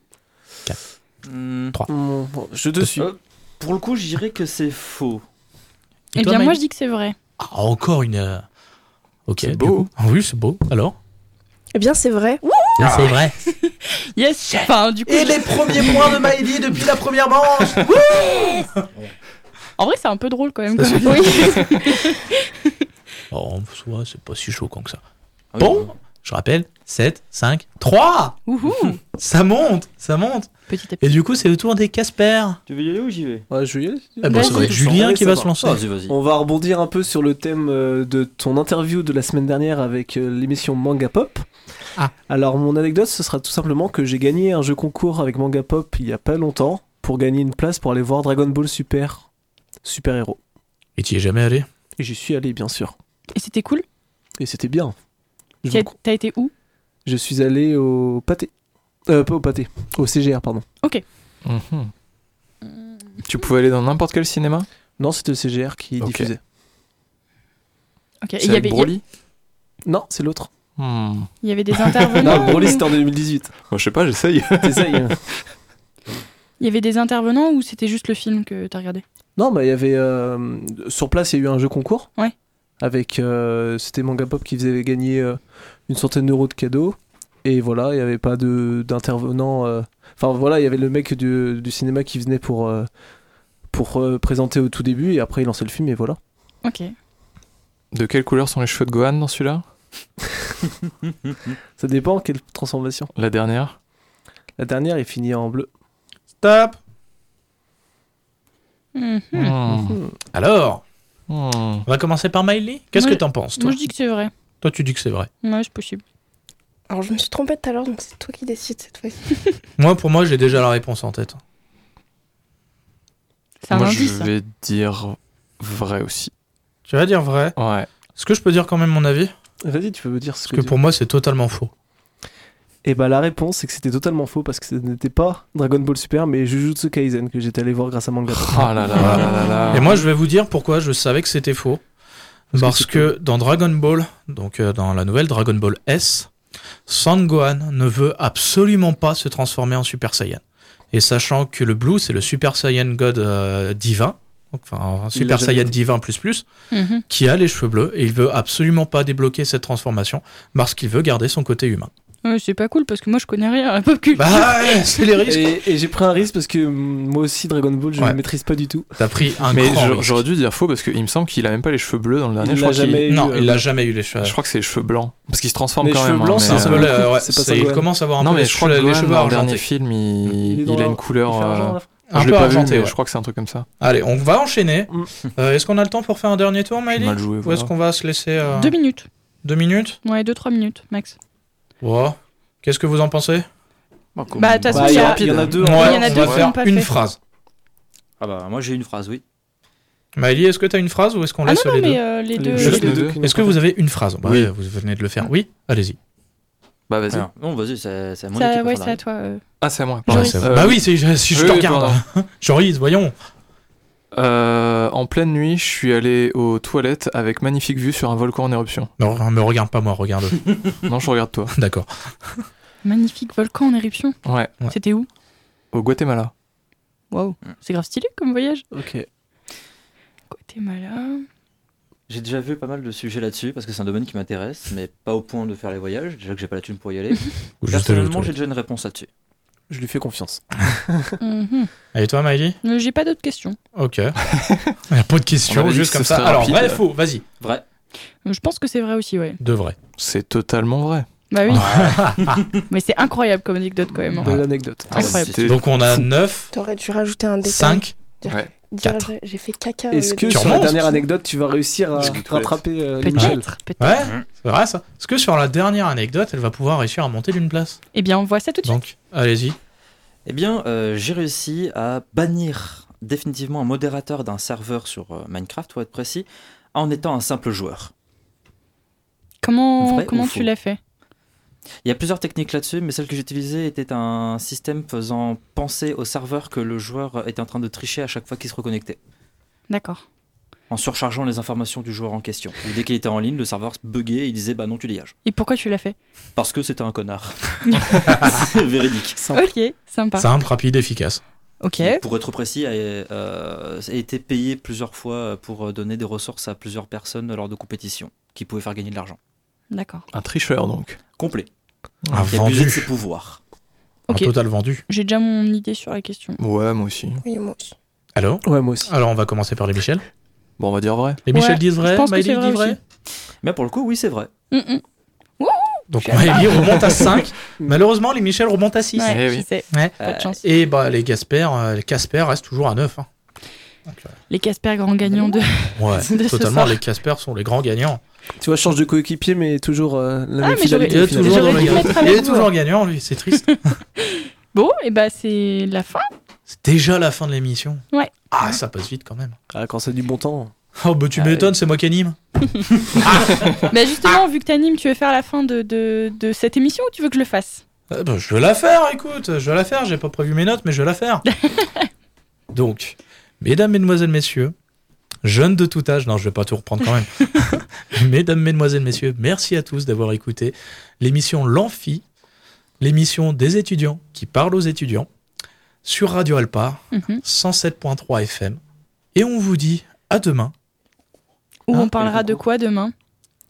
B: 4,
I: Hmm.
B: 3.
H: Mmh, bon, Je te suis.
I: Euh, pour le coup, je dirais que c'est faux.
C: Eh bien, moi, je dis que c'est vrai.
B: encore une. euh, Ok.
D: C'est
B: du
D: beau.
B: coup. Ah Oui, c'est beau. Alors
J: Eh bien, c'est vrai.
B: Ah, C'est vrai.
C: Yes Enfin, du coup. je-
B: premiers points de Maëlie depuis la première manche
C: En vrai, c'est un peu drôle quand même.
B: Ça,
C: comme- Oui.
B: Oh, en soi, c'est pas si choquant que ça.
I: Ah oui,
B: Bon, Je rappelle, 7, 5, 3
C: Wouhou
B: Ah Ça monte, ça monte
C: Petit à
B: Et du coup, c'est le tour des Casper.
I: Tu veux y aller ou j'y vais
H: Ouais, je vais y aller.
B: Eh ben, ça
H: Vas-y,
B: va être
H: tout
B: Julien
H: seul.
B: qui
H: Ouais,
B: va
H: ça
B: se lancer.
H: va.
B: Vas-y, vas-y.
H: On va rebondir un peu sur le thème euh, de ton interview de la semaine dernière avec euh, l'émission Manga Pop.
B: Ah.
H: Alors, mon anecdote, ce sera tout simplement que j'ai gagné un jeu concours avec Manga Pop il y a pas longtemps pour gagner une place pour aller voir Dragon Ball Super, Super Héros.
B: Et tu y es jamais allé
H: Et j'y suis allé, bien sûr.
C: Et c'était cool
H: Et c'était bien. Je
C: T'as
H: vous-
C: t'as été où
H: Je suis allé au pâté. Euh, pas au pâté, au CGR, pardon.
C: Ok.
D: Mhm.
C: Mm.
D: Tu pouvais aller dans n'importe quel cinéma
H: Non, c'était le CGR qui diffusait.
C: Ok. Et il y avait-
H: Non, c'est l'autre. Hmm.
C: Il y avait des intervenants.
H: non, Broly, c'était en 2018.
D: Moi, je sais pas, j'essaye.
H: T'essayes.
C: Il y avait des intervenants ou c'était juste le film que t'as regardé
H: Non, bah il y avait. euh, sur place, il y a eu un jeu concours.
C: Ouais.
H: Avec. euh, C'était Manga Pop qui faisait gagner euh, une centaine d'euros de cadeaux. Et voilà, il n'y avait pas de- d'intervenant. euh, Enfin voilà, il y avait le mec du, du cinéma qui venait pour. euh, pour euh, présenter au tout début et après il lançait le film et voilà.
C: Ok.
D: De quelle couleur sont les cheveux de Gohan dans celui-là
H: Ça dépend quelle transformation.
D: La dernière
H: La dernière est finie en bleu.
B: Stop
C: Hmm.
D: Mhm.
B: Alors On va commencer par Miley. Qu'est-ce
C: Moi,
B: que t'en penses, toi
C: Moi, je dis que c'est vrai.
B: Toi, tu dis que c'est vrai.
C: Ouais, c'est possible.
J: Alors, je me suis trompée tout à l'heure, donc c'est toi qui décides cette fois-ci.
B: Moi, pour moi, j'ai déjà la réponse en tête.
J: C'est un
D: Moi,
J: indice,
D: je
J: ça.
D: vais dire vrai aussi.
B: Tu vas dire vrai
D: Ouais.
B: Est-ce que je peux dire quand même mon avis
H: Vas-y, tu peux me dire ce
B: Parce que pour moi, c'est totalement faux.
H: Et bah la réponse c'est que c'était totalement faux parce que ce n'était pas Dragon Ball Super mais Jujutsu Kaisen que j'étais allé voir grâce à Manga.
B: Oh
H: Pop.
B: Voilà. Et moi, je vais vous dire pourquoi je savais que c'était faux. Parce, que, dans Dragon Ball, donc euh, dans la nouvelle Dragon Ball S, Son Gohan ne veut absolument pas se transformer en Super Saiyan. Et sachant que le Blue, c'est le Super Saiyan God euh, divin, donc, enfin un
H: Il
B: Super
H: l'a jamais
B: Saiyan
H: dit.
B: divin plus plus,
H: Mhm.
B: qui a les cheveux bleus et il veut absolument pas débloquer cette transformation parce qu'il veut garder son côté humain.
C: Ouais, c'est pas cool parce que moi, je connais rien à la pop culture.
B: Bah ouais, c'est les risques.
H: Et, et j'ai pris un risque parce que mm, moi aussi Dragon Ball je ne
D: Ouais.
H: le maîtrise pas du tout.
B: T'as pris un
D: Mais
B: grand
D: j'a-
B: risque.
D: j'aurais dû dire faux parce qu'il me semble qu'il a même pas les cheveux bleus dans le dernier.
H: Il
D: je
H: l'a
D: crois qu'il-
H: jamais eu, Non, euh, il l'a
B: jamais eu les cheveux.
D: Je crois que c'est les cheveux blancs parce qu'il se transforme
H: Les
D: quand
H: cheveux
D: même.
H: blancs,
D: hein,
H: c'est
D: mais,
H: un
D: euh,
H: peu la- ouais, C'est pas ça, il Gohan. commence à avoir un
D: non,
B: peu
D: mais
B: les
D: je crois que
B: cheveux- les
D: Gohan,
B: cheveux
D: dans le
B: argentés.
D: dernier film, il,
B: Il est
D: il
B: dans
D: a
B: la-
D: une couleur.
B: il fait argent,
D: euh,
B: là.
D: je
B: Un
D: l'ai
B: peu
D: pas vu,
B: argenté,
D: mais
B: ouais.
D: je crois que c'est un truc comme ça.
B: Allez, on va enchaîner. Euh, Est-ce qu'on a le temps pour faire un dernier tour, Miley
D: Mal joué,
B: Ou
D: voilà.
B: est-ce qu'on va se laisser... euh,
C: Deux minutes.
B: Deux minutes
C: Ouais, deux, trois minutes, max.
B: Ouais. Qu'est-ce que vous en pensez
C: Bah, de toute façon, il y a- il y en a deux,
B: Ouais,
C: hein. Il y en a
B: on
C: deux
B: va
C: qui
B: faire
C: l'ont pas
B: une
C: fait.
B: phrase.
I: Ah bah moi j'ai une phrase, oui.
B: Miley, est-ce que tu as une phrase ou est-ce qu'on
I: Ah
B: laisse
I: non, non,
B: les,
I: mais,
B: deux
I: euh, les Les deux-
B: Juste
I: les
B: les
I: deux
B: deux.
I: qui
B: Est-ce que
I: n'ont pas
B: vous
I: fait.
B: avez une phrase Bah,
I: Oui.
B: ouais, Vous venez de le faire. Oui, allez-y.
D: Bah vas-y.
H: Ah.
I: Alors, non, vas-y, c'est c'est à mon
C: Ça,
I: équipe.
C: ouais,
I: enfin,
C: c'est à toi. euh.
D: Ah, c'est à moi.
B: Ouais,
D: pardon.
B: c'est-
D: Euh,
B: Bah oui, c'est- je- si je
D: oui,
B: te
D: oui,
B: regarde.
D: pardon.
B: Joris, voyons.
D: Euh, en pleine nuit, je suis allé aux toilettes avec magnifique vue sur un volcan en éruption.
B: Non, me regarde pas moi, regarde.
D: non, je regarde toi.
B: D'accord.
C: Magnifique volcan en éruption.
D: Ouais.
C: C'était où
D: Au Guatemala.
C: Waouh, c'est grave stylé comme voyage.
H: Ok.
C: T'es malin.
I: J'ai déjà vu pas mal de sujets là-dessus parce que c'est un domaine qui m'intéresse, mais pas au point de faire les voyages, déjà que j'ai pas la thune pour y aller.
B: Ou juste aller aux
I: Personnellement,
B: toilettes.
I: j'ai déjà une réponse là-dessus.
H: Je lui fais confiance.
C: Mhm.
B: Et toi, Miley
C: Euh, J'ai pas d'autres questions.
B: Ok. Il n'y a pas de question, juste comme ça. Alors, vrai, faux, vas-y.
I: Vrai.
C: Euh, Je pense que c'est vrai aussi, ouais.
B: De vrai.
D: C'est totalement vrai.
C: Bah oui. Mais c'est incroyable comme anecdote quand même. hein.
H: Belle anecdote.
C: Incroyable.
B: Donc on a 9,
J: T'aurais dû rajouter un détail.
B: Cinq.
J: Dire-
B: Ouais.
J: dire, j'ai- J'ai fait caca.
B: Ah,
J: euh, au
H: Est-ce
J: lieu
H: que
J: de-
H: sur la dernière anecdote tu vas réussir à rattraper euh, Michel
B: Ouais, c'est vrai ça. Est-ce que sur la dernière anecdote, elle va pouvoir réussir à monter d'une place
C: Eh bien, on voit ça tout de suite.
B: Donc, allez-y.
I: Eh bien, euh, j'ai réussi à bannir définitivement un modérateur d'un serveur sur euh, Minecraft, pour être précis, en étant un simple joueur.
C: Comment,
I: Vrai ou
C: comment
I: faux
C: tu l'as fait
I: Il y a plusieurs techniques là-dessus, mais celle que j'utilisais était un système faisant penser au serveur que le joueur était en train de tricher à chaque fois qu'il se reconnectait,
C: D'accord.
I: en surchargeant les informations du joueur en question. Donc, dès qu'il était en ligne, le serveur se buguait et il disait bah non, tu dégages.
C: Et pourquoi tu l'as fait
I: Parce que c'était un connard. C'est véridique.
C: Ok, sympa.
B: Simple, rapide, efficace.
C: Ok.
I: qui, pour être précis, a, euh, a été payé plusieurs fois pour euh, donner des ressources à plusieurs personnes lors de compétitions qui pouvaient faire gagner de l'argent.
C: D'accord.
D: Un tricheur donc.
I: Complet.
B: Un
I: Qui abusait de
B: Ah, vendu.
I: ses pouvoirs.
C: Ok.
B: Un total vendu.
C: J'ai déjà mon idée sur la question.
D: Ouais, moi aussi.
J: Oui, moi aussi.
B: Alors
H: Ouais, moi aussi.
B: Alors, on va commencer par les Michel.
D: Bon, on va dire vrai.
B: Les
C: Ouais,
B: Michel disent
C: je
B: vrai,
C: pense que
B: Miley
C: c'est
B: dit
C: vrai
B: vrai.
C: aussi.
I: Mais pour le coup, oui, c'est vrai.
C: Mm, mm. Wouhou
B: Donc Maëlie remonte à 5. Malheureusement, les Michel remontent à 6.
C: Ouais, je sais. Pas de chance.
B: Et bah, les Casper, euh, les Casper restent toujours à 9. hein.
C: Les Casper grands gagnants de.
B: Ouais,
C: de ce
B: totalement.
C: soir.
B: Les Casper sont les grands gagnants.
H: Tu vois, je change de coéquipier, mais toujours euh, la
C: Ah,
H: même
C: mais j'aurais-
H: fidélité. au final.
C: j'aurais dû mettre
B: Il
C: avec
B: est
C: vous,
B: toujours
C: hein.
B: gagnant, lui, c'est triste.
C: Bon, et bah c'est la fin.
B: C'est déjà la fin de l'émission.
C: Ouais.
B: Ah, ça passe vite quand même.
H: Ah, quand c'est du bon temps.
B: Oh, bah tu
H: Ah,
B: m'étonnes, c'est moi qui anime.
C: bah justement, vu que t'animes, tu veux faire la fin de, de, de cette émission ou tu veux que je le fasse
B: Eh ben, je vais la faire, écoute, je vais la faire, j'ai pas prévu mes notes, mais je vais la faire. Donc, mesdames, mesdemoiselles, messieurs, jeunes de tout âge, non, je vais pas tout reprendre quand même. mesdames, mesdemoiselles, messieurs, merci à tous d'avoir écouté l'émission L'Amphi, l'émission des étudiants qui parlent aux étudiants, sur Radio Alpa,
C: Mhm.
B: 107.3 FM. Et on vous dit à demain.
C: Ou
B: Hein,
C: on parlera de quoi demain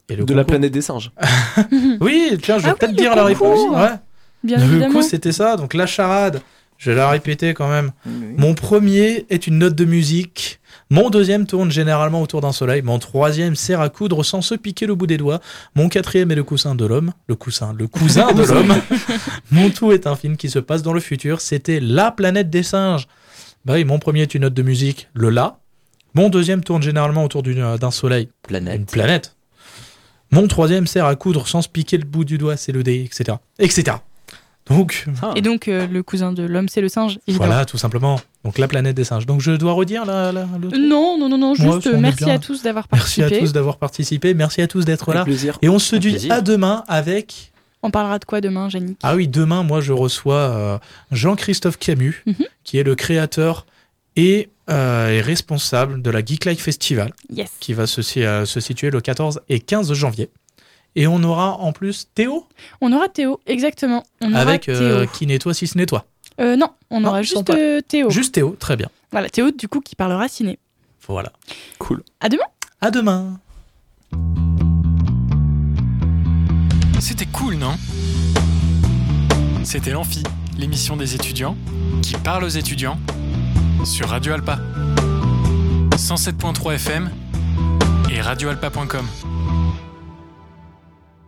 B: Et le
H: De la
B: concours-
H: planète des singes.
B: Oui, tiens, je vais
C: Ah oui,
B: peut-être
C: le
B: dire la réponse.
C: concours.
B: Ouais.
C: Bien
B: Du
C: évidemment.
B: Bah, coup, c'était ça. Donc la charade, je vais la répéter quand même. Mon premier est une note de musique. Mon deuxième tourne généralement autour d'un soleil. Mon troisième sert à coudre sans se piquer le bout des doigts. Mon quatrième est le coussin de l'homme. Le coussin, le cousin de l'homme. Mon tout est un film qui se passe dans le futur. C'était La planète des singes. Bah oui, mon premier est une note de musique, le La. Mon deuxième tourne généralement autour d'une- euh, d'un soleil.
M: Planète.
B: Une planète. Mon troisième sert à coudre sans se piquer le bout du doigt, c'est le dé, etc. etc. Donc,
C: Et donc, euh, le cousin de l'homme, c'est le singe, évidemment.
B: voilà, tout simplement. Donc, la planète des singes. Donc, je dois redire la, la- le truc.
C: Non, non, non, non,
B: Ouais,
C: juste
B: on
C: euh,
B: est
C: merci
B: bien.
C: à tous d'avoir
B: Merci
C: participé.
B: à tous d'avoir participé. Merci à tous d'être
H: Avec
B: là.
H: plaisir.
B: Et on se dit
M: plaisir.
B: à demain avec.
C: On parlera de quoi demain, Jannick
B: Ah oui, demain, moi, je reçois euh, Jean-Christophe Camus,
C: Mhm.
B: qui est le créateur et, euh, et responsable de la Geek Life Festival,
C: Yes.
B: qui va se, si- euh, se situer le 14 et 15 janvier. Et on aura en plus Théo,
C: On aura Théo, exactement. On
B: avec
C: aura
B: euh,
C: Théo.
B: qui nettoie si ce nettoie.
C: Euh, non, on
B: Non,
C: aura
B: ils sont
C: juste
B: pas-
C: euh, Théo.
B: Juste Théo, très bien.
C: Voilà, Théo, du coup, qui parlera ciné.
B: Voilà.
D: Cool.
C: À demain
B: À demain
N: C'était cool, non C'était l'Amphi, l'émission des étudiants qui parle aux étudiants sur Radio Alpa. 107.3 FM et radioalpa.com.